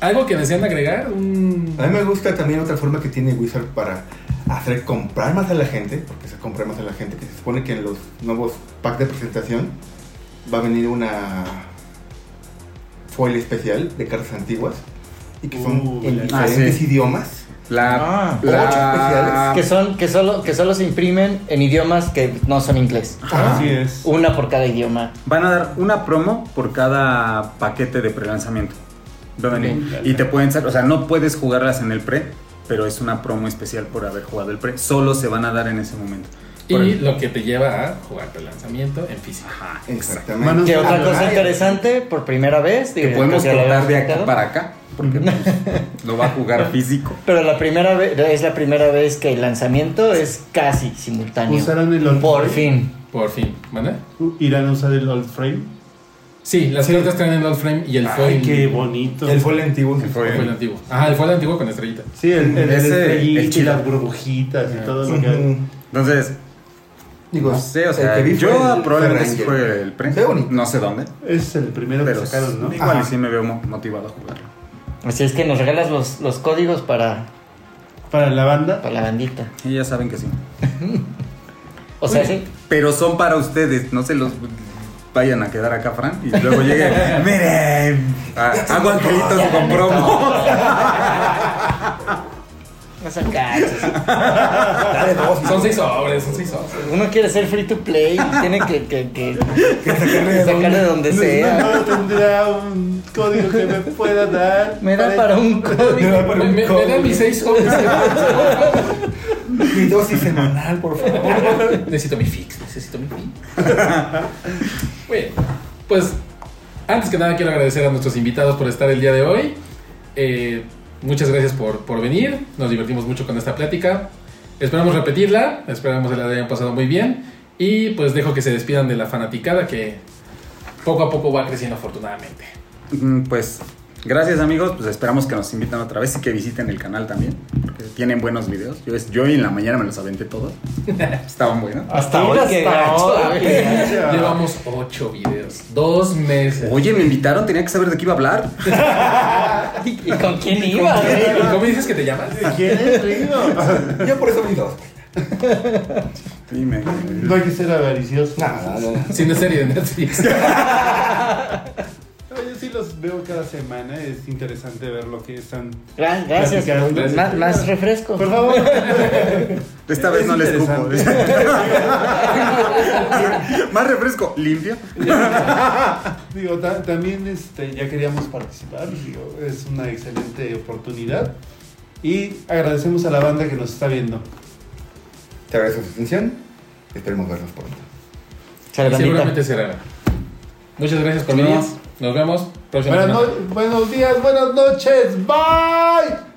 S1: ¿Algo que desean agregar? Un-
S5: A mí me gusta también otra forma que tiene Wizard para hacer comprar más a la gente, porque se compra más a la gente, que se supone que en los nuevos packs de presentación va a venir una foil especial de cartas antiguas y que son
S7: Uh,
S5: en
S7: la-
S4: Ah,
S5: diferentes
S4: sí.
S5: idiomas.
S4: la.
S2: Ah,
S4: la-
S5: ocho especiales.
S2: Que son, que solo, que solo se imprimen en idiomas que no son inglés.
S7: Así es.
S2: Una por cada idioma.
S4: Van a dar una promo por cada paquete de prelanzamiento. Va a venir. Y te pueden sal- o sea, no puedes jugarlas en el pre, pero es una promo especial por haber jugado el pre. Solo se van a dar en ese momento.
S1: Y
S4: Por el-
S1: lo que te lleva a jugar el lanzamiento en físico.
S4: Ajá, exacto.
S5: Exactamente.
S2: Que
S7: Ah,
S2: otra cosa
S7: rayos.
S2: interesante, por primera vez.
S4: Que
S2: digo,
S4: podemos
S2: creo que ya lo
S4: cortar de
S2: habíamos
S4: aquí
S2: contado.
S4: para acá, porque pues, lo va a jugar físico.
S2: Pero la primera vez, es la primera vez que el lanzamiento es casi simultáneo.
S7: Usarán el Old
S2: Por
S7: Frame.
S2: fin.
S1: Por fin. ¿Vale?
S7: Irán a usar el old frame.
S1: Sí, las cartas traen el old frame y el
S7: Ay,
S1: foil.
S7: qué bonito.
S5: El foil antiguo.
S4: El
S1: el foil
S4: foil.
S1: antiguo. Ajá, el foil antiguo con estrellita.
S7: Sí, el, el, Ah. el
S4: Ese,
S7: estrellita
S4: el
S7: y
S4: chido.
S7: las burbujitas y todo lo que
S5: Ujú.
S7: hay.
S4: Entonces,
S5: Digo,
S4: no sé, o
S5: Pues, el
S4: sea,
S5: que vi fue
S4: yo
S5: el
S4: probablemente sí
S5: Ranger.
S4: juegue el pre.
S5: Se ve bonito.
S4: No sé dónde,
S7: Es el primero
S4: pero
S7: que sacaron, ¿no?
S4: igual y
S5: Ajá.
S4: sí me veo mo- motivado a jugarlo.
S2: Así es que nos regalas los, los códigos para,
S7: Para la banda.
S2: para la bandita.
S4: Y ya saben que sí.
S2: O sea, sí.
S4: Pero son para ustedes, no se los vayan a quedar acá, Fran. Y luego lleguen, miren, ah, hago angelitos con promo.
S2: No son cachos.
S5: Dale dos,
S1: Son seis sobres, son seis sobres.
S2: Uno quiere ser free to play y tiene que, que, que-
S5: sacarle
S2: sacar de donde sea.
S7: No tendrá un código que me pueda dar.
S2: Me da para un código.
S5: da para
S1: Me,
S5: un
S1: me- me da mis seis sobres.
S5: mi dosis semanal, por favor.
S1: necesito mi fix, necesito mi fix. Muy bien. Pues, antes que nada, quiero agradecer a nuestros invitados por estar el día de hoy. Eh, muchas gracias por, por venir. Nos divertimos mucho con esta plática. Esperamos repetirla. Esperamos que la hayan pasado muy bien. Y pues dejo que se despidan de la fanaticada que poco a poco va creciendo afortunadamente.
S4: Mm, Pues gracias amigos, pues esperamos que nos inviten otra vez y que visiten el canal también, porque tienen buenos videos. Yo, yo hoy en la mañana me los aventé todos. Estaban buenos.
S2: Hasta ahora que
S1: Llevamos ocho videos. Dos meses.
S4: Oye, me invitaron, tenía que saber de qué iba a hablar.
S2: ¿Y con quién iba? güey?
S1: ¿Y cómo dices que te llamas?
S7: ¿Quién es Ringo?
S5: Yo por eso mi dos.
S4: Y me-
S7: No hay que ser avaricioso.
S5: Nada, nada.
S1: Sin serie de Netflix.
S7: No, yo sí los veo cada semana. Es interesante ver lo que están.
S2: Gra- Gracias.
S7: Platicando.
S2: Más, más refresco.
S7: Por favor.
S4: Esta vez
S7: Es
S4: no les cupo.
S7: interesante.
S4: Más refresco, limpio.
S3: Digo, ta- también este, ya queríamos participar, digo, es una excelente oportunidad. Y agradecemos a la banda que nos está viendo.
S5: Te agradezco su atención. Esperemos verlos pronto.
S2: Sale,
S1: Y seguramente
S2: bandita.
S1: será. Muchas gracias por venir. Nos vemos. Próxima
S3: Buenas
S1: semana.
S3: no- buenos días, buenas noches, bye.